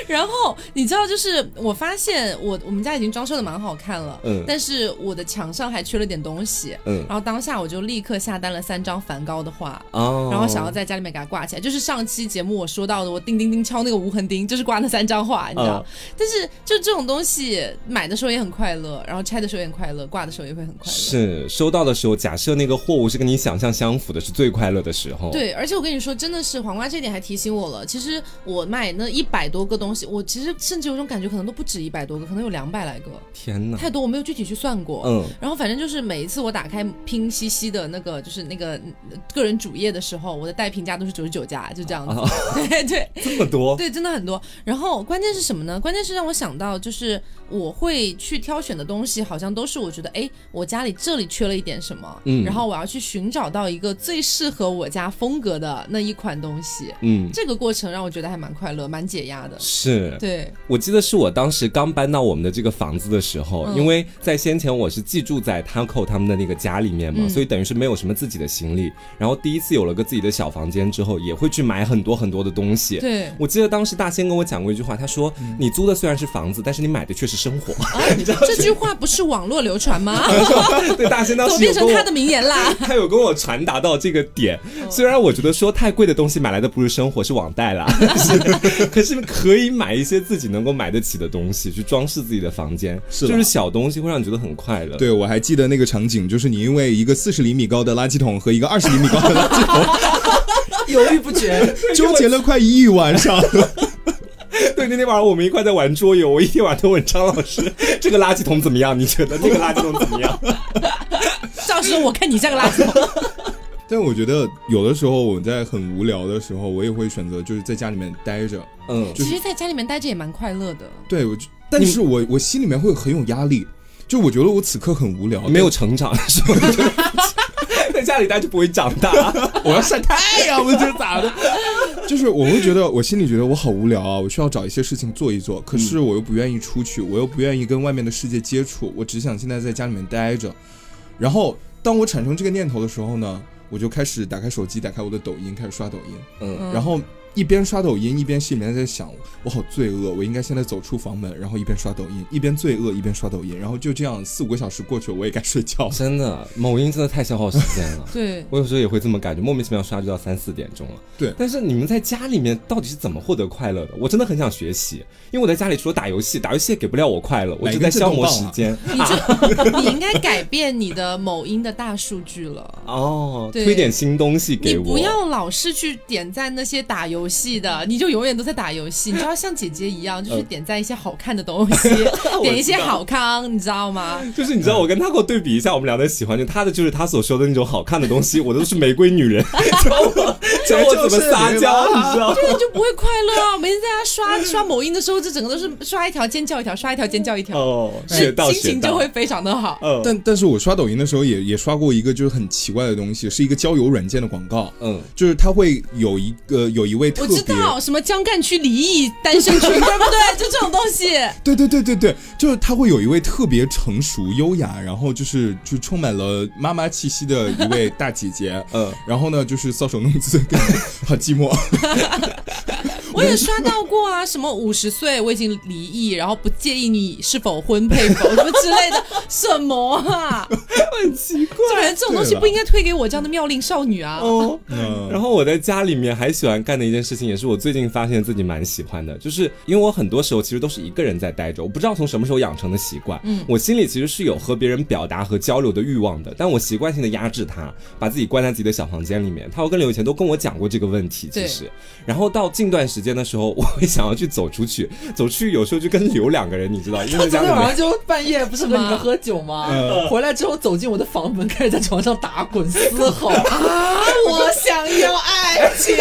Speaker 1: 然后你知道，就是我发现我我们家已经装修的蛮好看了，
Speaker 2: 嗯
Speaker 1: 但是我的墙上还缺了点东西，
Speaker 2: 嗯
Speaker 1: 然后当下我就立刻下单了三张梵高的画，
Speaker 2: 哦
Speaker 1: 然后想要在家里面给它挂起来，就是上期节目我说到的，我叮叮叮敲那个无痕钉，就是挂那三张画，你知
Speaker 2: 嗯
Speaker 1: 道。但是就这种东西，买的时候也很快乐，然后拆的时候也很快乐，挂的时候也会很快乐。
Speaker 2: 是收到的时候，假设那个货物是跟你想象相符的，是最快乐的时候。，
Speaker 1: 对，而且我跟你说，真的是黄瓜这点还提醒我了。其实我买那一百多个东西，我其实甚至有种感觉，可能都不止一百多个，可能有两百来个，
Speaker 2: 天哪！
Speaker 1: 太多我没有具体去算过。
Speaker 2: 嗯，
Speaker 1: 然后反正就是每一次我打开拼夕夕的那个就是那个嗯个人主页的时候，我的带评价都是九十九加，就这样子。
Speaker 2: 啊，
Speaker 1: 对对
Speaker 2: 这么多，
Speaker 1: 对，真的很多。然后关键是什么呢？关键是让我想到，就是我会去挑选的东西，好像都是我觉得，哎，我家里这里缺了一点什么，
Speaker 2: 嗯
Speaker 1: 然后我要去寻找到一个最适合我家风格的那一款东西。
Speaker 2: 嗯，
Speaker 1: 这个过程让我觉得还蛮快乐，蛮解压的。
Speaker 2: 是。
Speaker 1: 对，
Speaker 2: 我记得是我当时刚搬到我们的这个房子的时候，
Speaker 1: 嗯
Speaker 2: 因为在先前我是寄住在 Taco 他们的那个家里面嘛，
Speaker 1: 嗯
Speaker 2: 所以等于是没有什么自己的行李。然后第一次有了个自己的小房间之后，也会去买很多很多的东西。
Speaker 1: 对嗯
Speaker 2: 我记得当时大仙跟我讲过一句话，他说：“你租的虽然是房子，但是你买的却是生活。
Speaker 1: 啊， 这句话不是网络流传吗？
Speaker 2: 对，大仙当
Speaker 1: 怎么
Speaker 2: 时有
Speaker 1: 变
Speaker 2: 跟
Speaker 1: 成他
Speaker 2: 我
Speaker 1: 的。名言啦？
Speaker 2: 他有跟我传达到这个点，虽然我觉得说太贵的东西买来的不是生活，是网贷啦， 是可是可以买一些自己能够买得起的东西去装饰自己的房间，
Speaker 3: 是
Speaker 2: 就
Speaker 3: 啦
Speaker 2: 是小东西会让你觉得很快乐。
Speaker 3: 对，我还记得那个场景，就是你因为一个四十厘米高的垃圾桶和一个二十厘米高 的垃圾
Speaker 4: 犹豫不 决。
Speaker 3: 桶纠结了快一 晚上。
Speaker 2: 对，那天晚上我们一块在玩桌游，我一天晚上都问张老师 这个垃圾桶怎么样？你觉得这个垃圾桶怎么样？
Speaker 1: 赵师，我看你像个垃圾桶。
Speaker 3: 但我觉得有的时候我在很无聊的时候，我也会选择就是在家里面待着。
Speaker 2: 嗯，
Speaker 3: 就是
Speaker 1: 其实，在家里面待着也蛮快乐的。
Speaker 3: 对，我就，但是我我心里面会很有压力，就我觉得我此刻很无聊，
Speaker 2: 嗯没有成长，是吧？ 在家里待就不会长大。
Speaker 3: 我要晒太阳，我这咋的？就是我会觉得，我心里觉得我好无聊啊，我需要找一些事情做一做。可是我又不愿意出去，我又不愿意跟外面的世界接触，我只想现在在家里面待着。然后，当我产生这个念头的时候呢，我就开始打开手机，打开我的抖音，开始刷抖音。
Speaker 2: 嗯，
Speaker 1: 嗯
Speaker 3: 然后一边刷抖音，一边心里面在想，我好罪恶，我应该现在走出房门，然后一边刷抖音，一边罪恶，一边刷抖音。然后就这样四五个小时过去了，我也该睡觉了。
Speaker 2: 真的，某音真的太消耗时间了。
Speaker 1: 嗯对，
Speaker 2: 我有时候也会这么感觉，莫名其妙刷就到三四点钟了。
Speaker 3: 对
Speaker 2: 但是你们在家里面到底是怎么获得快乐的？我真的很想学习，因为我在家里除了打游戏，打游戏也给不了我快乐，我就在消磨时 间。
Speaker 1: 你 就你应该改变你的某音的大数据了。
Speaker 2: 哦，
Speaker 1: 对
Speaker 2: 推点新东西
Speaker 1: 你
Speaker 2: 给我。
Speaker 1: 不要老是去点赞那些打游戏的，你就永远都在打游 戏。你就要像姐姐一样，
Speaker 2: 呃
Speaker 1: 就是点赞一些好看的东西， 点一些好康，你知道吗？
Speaker 2: 就是你知道，我跟他给我对比一下，我们俩的喜欢，就他的就是他所说的那种好看的东西，我的都是玫瑰女人， 教 我教我怎么撒娇，你知道？
Speaker 1: 对，你就不会快乐啊！我每天在家刷刷某音的时候，这整个都是刷一条尖叫一条，刷一条尖叫一条，
Speaker 2: 哦，
Speaker 1: 是
Speaker 2: 学到
Speaker 1: 心
Speaker 2: 学
Speaker 1: 情就
Speaker 2: 到
Speaker 1: 会。非常的好。
Speaker 2: 嗯
Speaker 3: 但但是我刷抖音的时候也也刷过一个就是很奇怪的东西，是一个交友软件的广告，
Speaker 2: 嗯，
Speaker 3: 就是它会有一个有一位特
Speaker 1: 我
Speaker 3: 别
Speaker 1: 知，道什么江干区离异单身 群，对不对？就这种东西。
Speaker 3: 对对对对对，就是它会有一位特别成熟优雅，然后就是就充满了妈妈气息的一位大姐姐，
Speaker 2: 嗯，
Speaker 3: 然后呢就是搔首弄姿，跟好寂寞，
Speaker 1: 我也刷到过啊，什么五十岁我已经离异，然后不介意你是否婚配否什么之类的，什么啊？
Speaker 2: 很奇怪。
Speaker 1: 这人这种东西不应该推给我这样的妙龄少女啊！
Speaker 2: 哦，
Speaker 3: 嗯
Speaker 2: 然后我在家里面还喜欢干的一件事情，也是我最近发现自己蛮喜欢的，就是因为我很多时候其实都是一个人在待着，我不知道从什么时候养成的习惯。嗯，我心里其实是有和别人表达和交流的欲望的，但我习惯性的压制它，把自己关在自己的小房间里面。他跟刘以前都跟我讲过这个问题，其
Speaker 1: 对
Speaker 2: 实，然后到近段时间的时候，我会想要去走出去，走出去有时候就跟刘两个人，你知道，因为
Speaker 4: 我
Speaker 2: 在家
Speaker 4: 昨
Speaker 2: 里
Speaker 4: 天晚
Speaker 2: 面。
Speaker 4: 上就半夜不是和你们喝酒吗？嗯回来之后走进我的房门，开始在床上打滚嘶吼 啊！我想要爱情。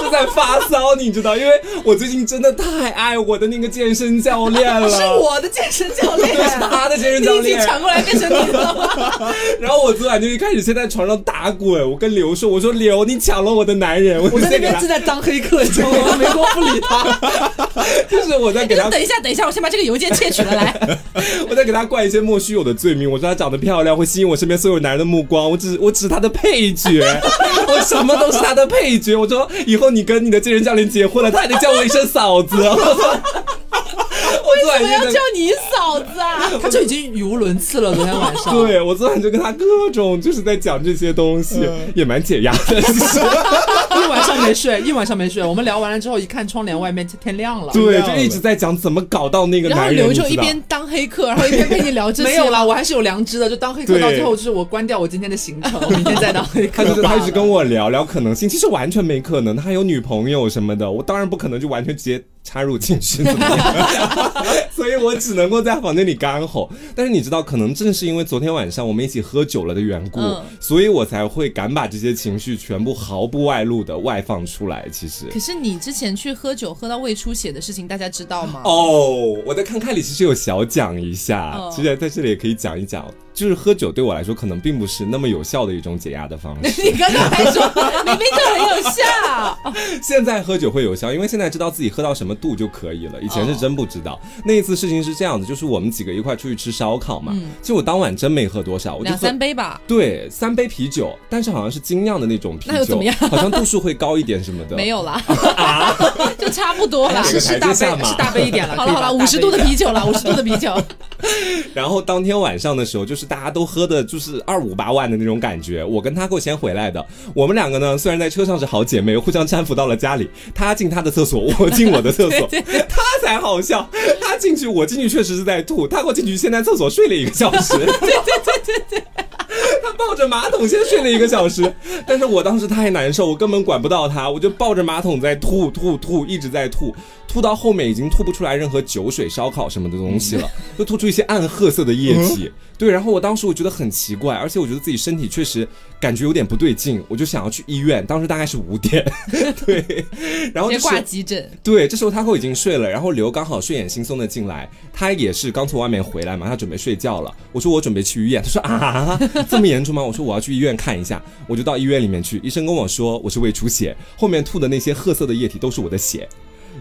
Speaker 2: 就在发骚，你知道，因为我最近真的太爱我的那个健身教练了，
Speaker 4: 是我的健身教练，
Speaker 2: 他的健身
Speaker 1: 你
Speaker 2: 教
Speaker 1: 已经
Speaker 2: 练。
Speaker 1: 传过来变成 你了吗？
Speaker 2: 然后我昨晚就一开始先在床上打滚，我跟刘说，我说刘，你抢了我的男人，我
Speaker 4: 我在
Speaker 2: 先
Speaker 4: 那
Speaker 2: 给
Speaker 4: 边
Speaker 2: 他
Speaker 4: 正，在当黑客，你知道吗？没空不理 他。
Speaker 2: 就是我在给
Speaker 1: 你
Speaker 2: 他，
Speaker 1: 等一下，等一下，我先把这个邮件窃取了 来。
Speaker 2: 我在给他灌一些莫须有的罪名，我说她长得漂亮，会吸引我身边所有男人的目光，我只我只是她的配角，我什么都是她的配角。我说以后你跟你的健身教练结婚了，他还得叫我一声嫂子。我说，我昨晚
Speaker 1: 我要
Speaker 2: 就
Speaker 1: 叫
Speaker 2: 在。
Speaker 1: 你嫂子啊！
Speaker 4: 他就已经语无伦次了，昨天晚 上。
Speaker 2: 对，我昨晚就跟他各种就是在讲这些东西，也蛮解压的。其实，
Speaker 4: 一晚上没睡，一晚上没睡。我们聊完了之后，一看窗帘外面天亮了。
Speaker 2: 对，就一直在讲怎么搞到那个
Speaker 1: 然后
Speaker 2: 男人。
Speaker 1: 刘
Speaker 2: 你
Speaker 1: 就
Speaker 2: 知
Speaker 1: 一
Speaker 2: 道
Speaker 1: 边当黑客，然后一边陪你聊这些。
Speaker 4: 没有啦，，我还是有良知的。就当黑客
Speaker 2: 对
Speaker 4: 到最后，就是我关掉我今天的行 程，我明天再当黑
Speaker 2: 他
Speaker 4: 客。
Speaker 2: 就是他一直跟我聊聊可能性，其实完全没可能，他还有女朋友什么的，我当然不可能就完全直接插入进去，怎么样？ 所以我只能够在房间里干吼。但是你知道，可能正是因为昨天晚上我们一起喝酒了的缘故，
Speaker 1: 嗯
Speaker 2: 所以我才会敢把这些情绪全部毫不外露的外放出来。其实。
Speaker 1: 可是你之前去喝酒喝到胃出血的事情，大家知道吗？
Speaker 2: 哦，我在看看里其实有小讲一下，
Speaker 1: 哦
Speaker 2: 其实在这里也可以讲一讲，就是喝酒对我来说可能并不是那么有效的一种解压的方 式。
Speaker 1: 你刚刚还说明明就很有效，
Speaker 2: 现在喝酒会有效，因为现在知道自己喝到什么度就可以了。以
Speaker 1: 哦
Speaker 2: 前是真不知道。那一次事情是这样子，就是我们几个一块出去吃烧烤嘛。其实我当晚真没喝多少，我
Speaker 1: 嗯
Speaker 2: 就
Speaker 1: 两
Speaker 2: 喝
Speaker 1: 三杯吧，
Speaker 2: 对三杯啤酒，但是好像是精酿的那种啤酒，
Speaker 1: 那又怎么样
Speaker 2: 好像度数会高一点什么的。
Speaker 1: 没有 啦， 就差不多啦。
Speaker 2: 还有
Speaker 4: 是
Speaker 2: 哦啊个台
Speaker 4: 是大
Speaker 2: 阶下
Speaker 4: 杯
Speaker 2: 嘛
Speaker 4: 是大杯一点了。
Speaker 1: 好了好了，五十度的啤酒了，五十度的啤 酒，
Speaker 2: 然后当天晚上的时候，就是大家都喝的就是二五八万的那种感觉。我跟他够先回来的，我们两个呢，虽然在车上是好姐妹，互相搀扶到了家里。他进他的厕所，我进我的厕所，他才好笑。他进去，我进去确实是在吐。他给我进去，先在厕所睡了一个小时。对对对对对。他抱着马桶先睡了一个 小时，但是我当时太难受，我根本管不到他，我就抱着马桶在吐吐吐，一直在吐，吐到后面已经吐不出来任何酒水、烧烤什么的东西了，
Speaker 1: 嗯
Speaker 2: 就吐出一些暗褐色的液体。对，然后我当时我觉得很奇怪，而且我觉得自己身体确实感觉有点不对劲，我就想要去医院。当时大概是 五点，对，然后
Speaker 1: 直
Speaker 2: 就
Speaker 1: 接
Speaker 2: 是
Speaker 1: 挂急诊。
Speaker 2: 对，这时候 Taco 已经睡了，然后刘刚好睡眼惺忪的进来，他也是刚从外面回来嘛，他准备睡觉了。我说我准备去医院，他说 啊，这么严重吗？我说我要去医院看一下，我就到医院里面去，医生跟我说我是胃出血，后面吐的那些褐色的液体都是我的血。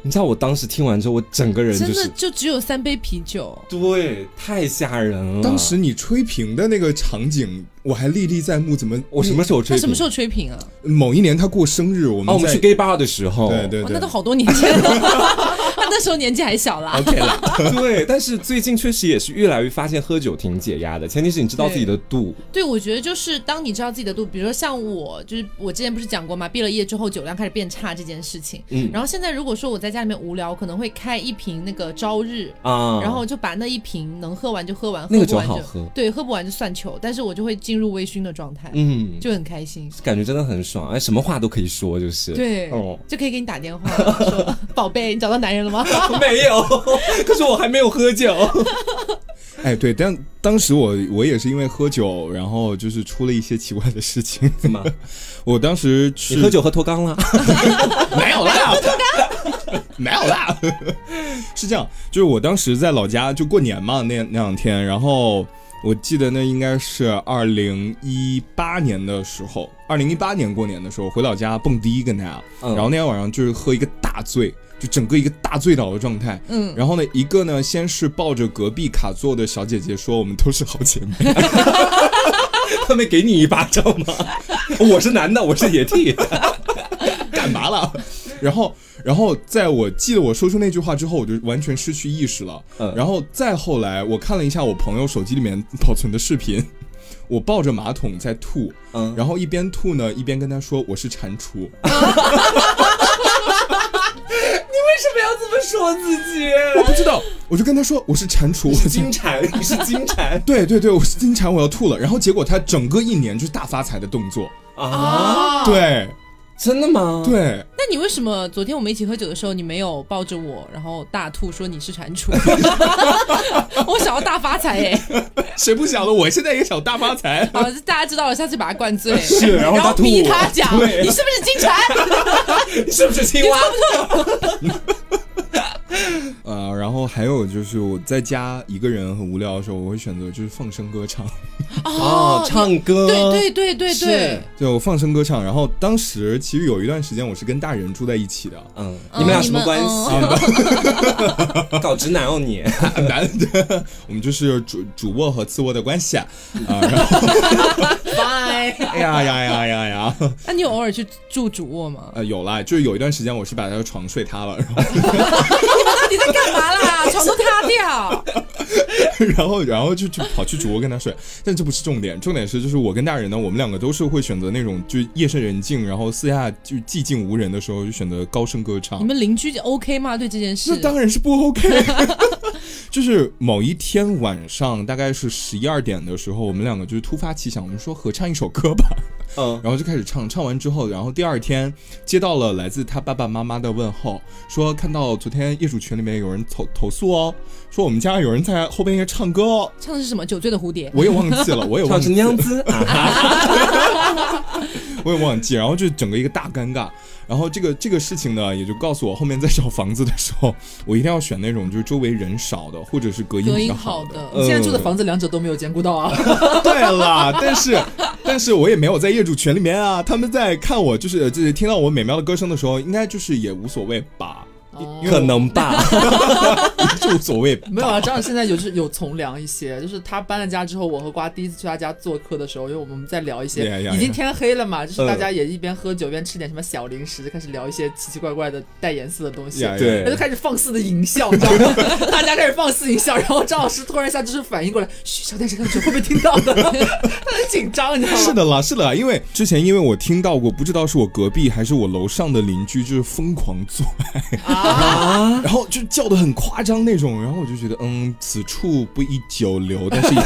Speaker 2: 你知道我当时听完之后，我整个人就
Speaker 1: 真的
Speaker 2: 是
Speaker 1: 就只有三杯啤酒，
Speaker 2: 对，太吓人了。
Speaker 3: 当时你吹瓶的那个场景，我还历历在目。怎么
Speaker 2: 我什么时候
Speaker 1: 他
Speaker 2: 吹？
Speaker 1: 什么时候吹瓶啊？
Speaker 3: 某一年他过生日，我
Speaker 2: 哦，
Speaker 3: 们
Speaker 2: 我们
Speaker 3: 在
Speaker 2: 去 gay bar 的时候，
Speaker 3: 对对
Speaker 1: 哇，哦
Speaker 3: 对，
Speaker 1: 那都好多年前 了， 他那时候年纪还小啦。
Speaker 2: OK 了。对，但是最近确实也是越来越发现喝酒挺解压的，前提是你知道自己的度。
Speaker 1: 对，我觉得就是当你知道自己的度，比如说像我，就是我之前不是讲过嘛，毕了业之后酒量开始变差这件事情。
Speaker 2: 嗯
Speaker 1: 然后现在如果说我在家里面无聊，可能会开一瓶那个朝日。
Speaker 2: 啊，
Speaker 1: 然后就把那一瓶能喝完就喝完，
Speaker 2: 那
Speaker 1: 喝
Speaker 2: 个
Speaker 1: 不完
Speaker 2: 酒好
Speaker 1: 就
Speaker 2: 喝
Speaker 1: 对，喝不完就算球，但是我就会进入微醺的状态，
Speaker 2: 嗯，
Speaker 1: 就很开心，
Speaker 2: 感觉真的很爽，哎，什么话都可以说，就是。
Speaker 1: 对，
Speaker 2: 哦
Speaker 1: 就可以给你打电话 说，宝贝，你找到男人了吗？
Speaker 2: 没有， 可是我还没有喝酒。
Speaker 3: 哎，对，但当时我我也是因为喝酒，然后就是出了一些奇怪的事情。
Speaker 2: 怎么？
Speaker 3: 我当时是
Speaker 2: 你喝酒喝脱肛了？
Speaker 3: 没有啦，没有啦， 是这样，就是我当时在老家就过年嘛，那那两天，然后我记得那应该是二零一八年的时候，二零一八年过年的时候回老家蹦迪跟大家，
Speaker 2: 嗯
Speaker 3: 然后那天晚上就是喝一个大醉，就整个一个大醉倒的状态，嗯，然后呢，一个呢先是抱着隔壁卡座的小姐姐说我们都是好姐妹。
Speaker 2: 他没给你一巴掌吗？ 我是男的，我是野 T。
Speaker 3: 干嘛了？ 然后，然后在我记得我说出那句话之后，我就完全失去意识了。
Speaker 2: 嗯
Speaker 3: 然后再后来，我看了一下我朋友手机里面保存的视频，我抱着马桶在吐，
Speaker 2: 嗯
Speaker 3: 然后一边吐呢，一边跟他说我是蟾蜍。
Speaker 2: 为什么要这么说自己？
Speaker 3: 我不知道，我就跟他说我是蟾蜍，我
Speaker 2: 是
Speaker 3: 是
Speaker 2: 金 蝉，你是金蝉
Speaker 3: 对对对，我是金蝉，我要吐了。然后结果他整个一年就是大发财的动作，
Speaker 2: 啊？
Speaker 1: 哦
Speaker 3: 对
Speaker 2: 真的吗？，
Speaker 3: 对，
Speaker 1: 那你为什么昨天我们一起喝酒的时候，你没有抱着我，然后大吐说你是蟾蜍？ 我想要大发财耶、。
Speaker 3: 谁不想了？我现在也想大发财
Speaker 1: 好，大家知道了，下次把他灌醉，
Speaker 2: 是然后他吐
Speaker 1: 逼
Speaker 2: 我
Speaker 1: 他讲，
Speaker 2: 对
Speaker 1: 你是不是金蝉？
Speaker 2: 你是不是青蛙？
Speaker 3: 呃，然后还有就是我在家一个人很无聊的时候，我会选择就是放声歌唱。
Speaker 2: 哦，唱歌。
Speaker 1: 对对对对对
Speaker 2: 是，
Speaker 3: 就放声歌唱，然后当时其实有一段时间我是跟大人住在一起的，
Speaker 2: 嗯，你们嗯俩什么关系？ 搞直男哦你！
Speaker 3: 男的，我们就是主主卧和次卧的关系啊，啊然后
Speaker 1: 拜。
Speaker 3: 哎呀呀呀呀呀，
Speaker 1: 那你有偶尔去住主卧吗？
Speaker 3: 呃，有啦，就是有一段时间我是把他的床睡塌了， 然后
Speaker 1: 你 们到底在干嘛啦？床都塌掉，
Speaker 3: 然后然后就就跑去主卧跟他睡，但这不是重点，重点是就是我跟大人呢，我们两个都是会选择那种就夜深人静，然后私下就寂静无人的时候，就选择高声歌唱
Speaker 1: 你。们邻居 OK 吗？对这件
Speaker 3: 那
Speaker 1: 事，
Speaker 3: 当然是不 OK， 就是某一天晚上，大概是十一二点的时候，我们两个就是突发奇想，我们说合唱一首歌吧，
Speaker 2: 嗯，
Speaker 3: 然后就开始唱。唱完之后，然后第二天接到了来自他爸爸妈妈的问候，说看到昨天业主群里面有人投投诉哦，说我们家有人在后半夜唱歌哦，
Speaker 5: 唱的是什么？酒醉的蝴蝶。
Speaker 3: 我也忘记了，我也忘
Speaker 2: 唱成那
Speaker 3: 记
Speaker 2: 样子啊哈，
Speaker 3: 我也忘记，然后就整个一个大尴尬。然后这个这个事情呢，也就告诉我，后面在找房子的时候，我一定要选那种就是周围人少的，或者是隔音
Speaker 1: 隔
Speaker 3: 比
Speaker 1: 音
Speaker 3: 较
Speaker 1: 好
Speaker 3: 的。呃
Speaker 1: 的，
Speaker 4: 你现在住的房子两者都没有兼顾到 啊。
Speaker 3: 对啦，但是但是我也没有在业主群里面啊，他们在看我就是就是听到我美妙的歌声的时候，应该就是也无所谓吧，
Speaker 2: 可能吧。
Speaker 3: 就无所谓吧。
Speaker 4: 没有啊，张宇现在有就是有从良一些，就是他搬了家之后，我和瓜第一次去他家做客的时候，因为我们在聊一些
Speaker 3: Yeah, yeah,
Speaker 4: 已经天黑了嘛，就是大家也一边喝酒一边吃点什么小零食，就开始聊一些奇奇怪怪的带颜色的东西。
Speaker 3: 哎呀呀
Speaker 2: 对
Speaker 4: 他就开始放肆的淫笑，你知道 吗？大家开始放肆淫笑，然后张老师突然一下就是反应过来，嘘，小点声，会不会听到 的？他很紧张，你知道吗？
Speaker 3: 是的啦，是的啦，因为之前因为我听到过，不知道是我隔壁还是我楼上的邻居，就是疯狂做爱， 然后就叫的很夸张那种，然后我就觉得，嗯，此处不宜久留，但是已经，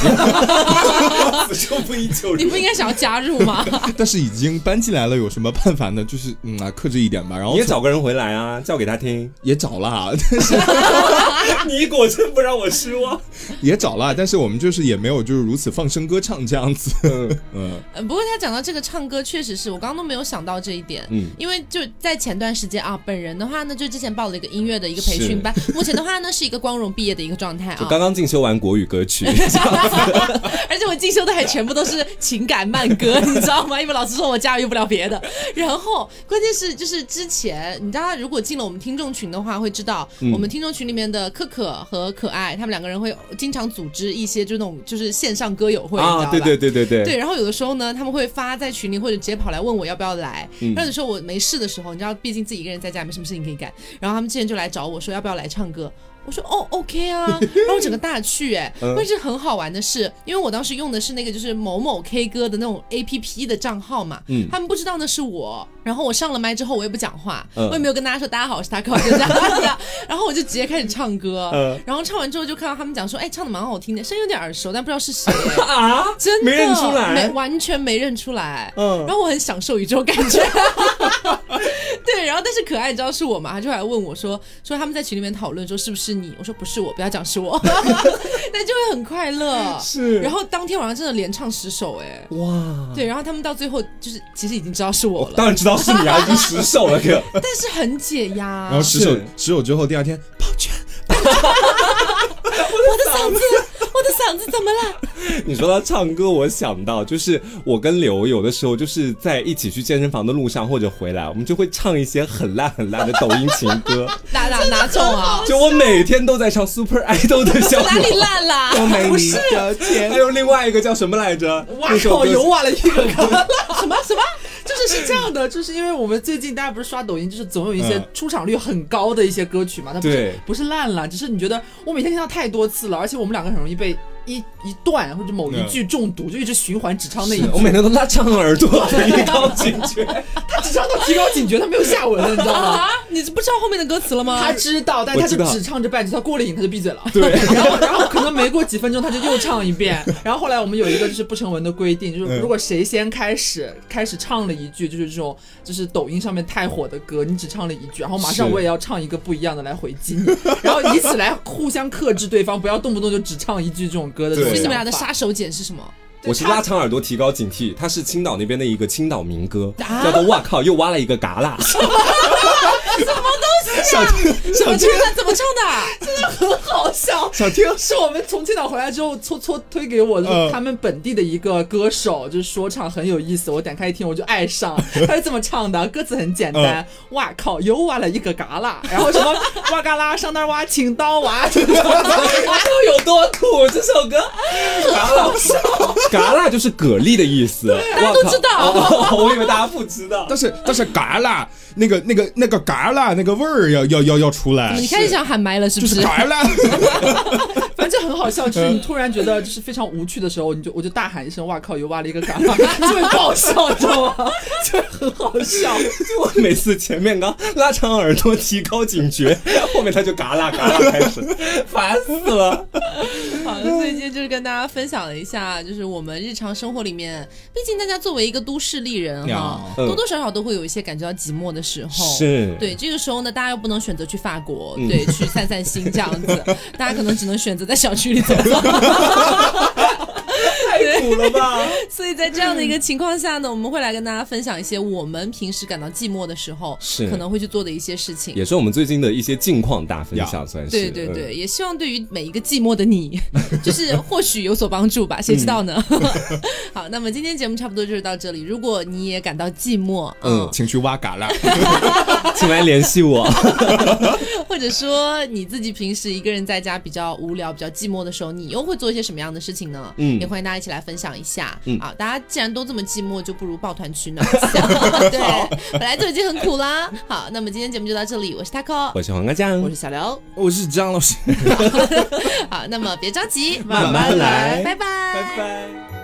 Speaker 3: 此处不宜久
Speaker 5: 你不应该想要加入吗？
Speaker 3: 但是已经搬进来了，有什么办法呢？就是嗯啊，克制一点吧。然后
Speaker 2: 你也找个人回来啊，叫给他听。
Speaker 3: 也找啊啦，但是
Speaker 2: 你果真不让我失 望。
Speaker 3: 也找啦，但是我们就是也没有就是如此放声歌唱这样子，嗯，
Speaker 1: 呃不过他讲到这个唱歌，确实是我刚刚都没有想到这一点。
Speaker 2: 嗯
Speaker 1: 因为就在前段时间啊，本人的话呢，就之前报了一个音乐的一个培训班，目前的话呢是一个光荣毕业的一个状态
Speaker 2: 就
Speaker 1: 啊，
Speaker 2: 刚刚进修完国语歌曲，
Speaker 1: 而且我进修的还全部都是情感慢歌，你知道吗？因为老师说我驾驭不了别的。然后关键是就是之前你知道，如果进了我们听众群的话，会知道、
Speaker 2: 嗯
Speaker 1: 我们听众群里面的可可和可爱，他们两个人会经常组织一些就那种就是线上歌友会，你知道
Speaker 2: 啊，
Speaker 1: 吧？
Speaker 2: 对对对对对，
Speaker 1: 对，然后有的时候呢，他们会发在群里，或者直接跑来问我要不要来。
Speaker 2: 嗯
Speaker 1: 然后有的时候我没事的时候，你知道，毕竟自己一个人在家没什么事情可以干，然后他们之前就来找我说要不要来唱歌。我说哦，OK 啊，然后我整个大去哎、
Speaker 2: 嗯
Speaker 1: 但是很好玩的是，因为我当时用的是那个就是某某 K 歌的那种 APP 的账号嘛，
Speaker 2: 嗯
Speaker 1: 他们不知道那是我，然后我上了麦之后我也不讲话，
Speaker 2: 嗯
Speaker 1: 我也没有跟大家说大家好，我是达克，我就这样这 样，然后我就直接开始唱歌，
Speaker 2: 嗯
Speaker 1: 然后唱完之后就看到他们讲说，哎，唱的蛮好听的，声音有点耳熟，但不知道是谁、哎
Speaker 2: 啊，
Speaker 1: 真的
Speaker 2: 没认出来
Speaker 1: 没完全没认出来。
Speaker 2: 嗯
Speaker 1: 然后我很享受于这种感觉。 对，然后但是可爱，你知道是我嘛？他就来问我说，说他们在群里面讨论说是不是你？我说不是我，不要讲是我， 那就会很快乐。
Speaker 2: 是
Speaker 1: 然后当天晚上真的连唱十首，哎，
Speaker 2: 哇，
Speaker 1: 对，然后他们到最后就是其实已经知道是我了，
Speaker 2: 当然知道是你啊，已经十首了哥。
Speaker 1: 但是很解压。
Speaker 3: 然后十首
Speaker 2: 哦是
Speaker 3: 十首之后，第二天抱歉，
Speaker 1: 我的 嗓子，我的嗓子怎么了？
Speaker 2: 你说到唱歌，我想到就是我跟刘有的时候就是在一起去健身房的路上或者回来，我们就会唱一些很烂很烂的抖音情 歌。
Speaker 1: 哪哪哪种啊？
Speaker 2: 就我每天都在唱 Super Idol 的小
Speaker 1: 哪里
Speaker 2: 友，
Speaker 1: 烂啦？
Speaker 3: 没 你的钱
Speaker 2: 还有另外一个叫什么来着？
Speaker 4: 哇
Speaker 2: 那首
Speaker 4: 靠，
Speaker 2: 歌
Speaker 4: 油完了 一个
Speaker 1: 什么什么？
Speaker 4: 就是是这样的，就是因为我们最近大家不是刷抖音，就是总有一些
Speaker 3: 嗯
Speaker 4: 出场率很高的一些歌曲嘛，它不是
Speaker 2: 对
Speaker 4: 不是烂了，只是你觉得我每天听到太多次了，而且我们两个很容易被一一段或者某一句中毒，就一直循环只唱那一
Speaker 2: 是
Speaker 4: 句，
Speaker 2: 我每天都拉长 耳朵，提高警觉。
Speaker 4: 他只唱到提高警觉，他没有下文了，你知道吗？
Speaker 1: 啊，你不知道后面的歌词了吗？
Speaker 4: 他知道，但他就
Speaker 2: 我知道
Speaker 4: 只唱这半句，他过了瘾，他就闭嘴了。
Speaker 2: 对，
Speaker 4: 然后，然后可能没过几分钟，他就又唱一遍。然后后来我们有一个就是不成文的规定， 就是
Speaker 3: 嗯
Speaker 4: 如果谁先开始开始唱了一句，就是这种就是抖音上面太火的歌，你只唱了一句，然后马上
Speaker 2: 是
Speaker 4: 我也要唱一个不一样的来回击你，然后以此来互相克制对方，不要动不动就只唱一句这种歌的这
Speaker 2: 对
Speaker 4: 种
Speaker 1: 所以你
Speaker 4: 想
Speaker 1: 们俩的
Speaker 4: 法
Speaker 1: 杀手锏是什么？
Speaker 2: 我是拉长耳朵提高警惕，它是青岛那边的一个青岛民歌，
Speaker 1: 啊
Speaker 2: 叫做“哇靠”，又挖了一个旮旯。
Speaker 3: 想 听
Speaker 1: 怎么
Speaker 3: 想
Speaker 1: 唱
Speaker 3: 听
Speaker 1: 的？怎么唱 的？
Speaker 4: 很好笑。
Speaker 3: 想听，
Speaker 4: 是我们从青岛回来之后，搓搓推给我的，就是
Speaker 3: 嗯
Speaker 4: 他们本地的一个歌手，就是说唱很有意思，我点开一听我就爱 上，他是这么唱的，歌词很简
Speaker 3: 嗯
Speaker 4: 单，哇靠，又挖了一个旮旯，然后什么 哇嘎啦上那儿挖青刀 啊娃，
Speaker 2: 又哎有多土？这首歌，嘎啦，嘎啦就是蛤蜊的意思。大
Speaker 1: 家都知道
Speaker 2: 道，哦我以为大家不知道。
Speaker 3: 但是但是嘎啦，那个那个那个嘎嘎啦那个味儿要要要要出来，
Speaker 1: 啊你开始想喊麦了是
Speaker 3: 就
Speaker 1: 不
Speaker 3: 是嘎 啦，
Speaker 4: 反正很好笑，就是你突然觉得就是非常无趣的时候，你就我就大喊一声“哇靠”，又挖了一个嘎 巴，就会爆笑，你知道吗？ 就很好笑。
Speaker 2: 我每次前面刚拉长耳朵提高警觉，后面他就嘎啦嘎啦开始，烦死了。
Speaker 1: 好，所以今天就是跟大家分享了一下，就是我们日常生活里面，毕竟大家作为一个都市丽人哈
Speaker 3: 呀，
Speaker 2: 嗯
Speaker 1: 多多少少都会有一些感觉到寂寞的时候。。
Speaker 2: 是，
Speaker 1: 对，这个时候呢，大家又不能选择去法国，
Speaker 2: 嗯
Speaker 1: 对，去散散心这样 子，大家可能只能选择在小区里走 走。
Speaker 2: 太苦了吧？
Speaker 1: 所以在这样的一个情况下呢，我们会来跟大家分享一些我们平时感到寂寞的时候，
Speaker 2: 是
Speaker 1: 可能会去做的一些事情。
Speaker 2: 也是我们最近的一些近况大分享，算是嗯
Speaker 1: 对对对，也希望对于每一个寂寞的你， 就是或许有所帮助吧，谁知道呢？
Speaker 2: 嗯
Speaker 1: 好，那么今天节目差不多就是到这里。如果你也感到寂寞，
Speaker 2: 嗯
Speaker 1: 嗯，
Speaker 3: 请去挖嘎啦。
Speaker 2: 嗯请来联系我。
Speaker 1: 或者说你自己平时一个人在家比较无聊、比较寂寞的时候，你又会做一些什么样的事情呢？
Speaker 2: 嗯
Speaker 1: 也欢迎大家一起来分享一下。
Speaker 2: 嗯
Speaker 1: 啊，大家既然都这么寂寞，就不如抱团取 暖一下。对，本来就已经很苦啦。好，那么今天节目就到这里，我是 Taco，
Speaker 2: 我是黄瓜酱，
Speaker 1: 我是小刘。
Speaker 3: 我是张老师，
Speaker 1: 好，那么别着急，
Speaker 2: 慢慢来
Speaker 1: 拜拜，拜
Speaker 2: 拜。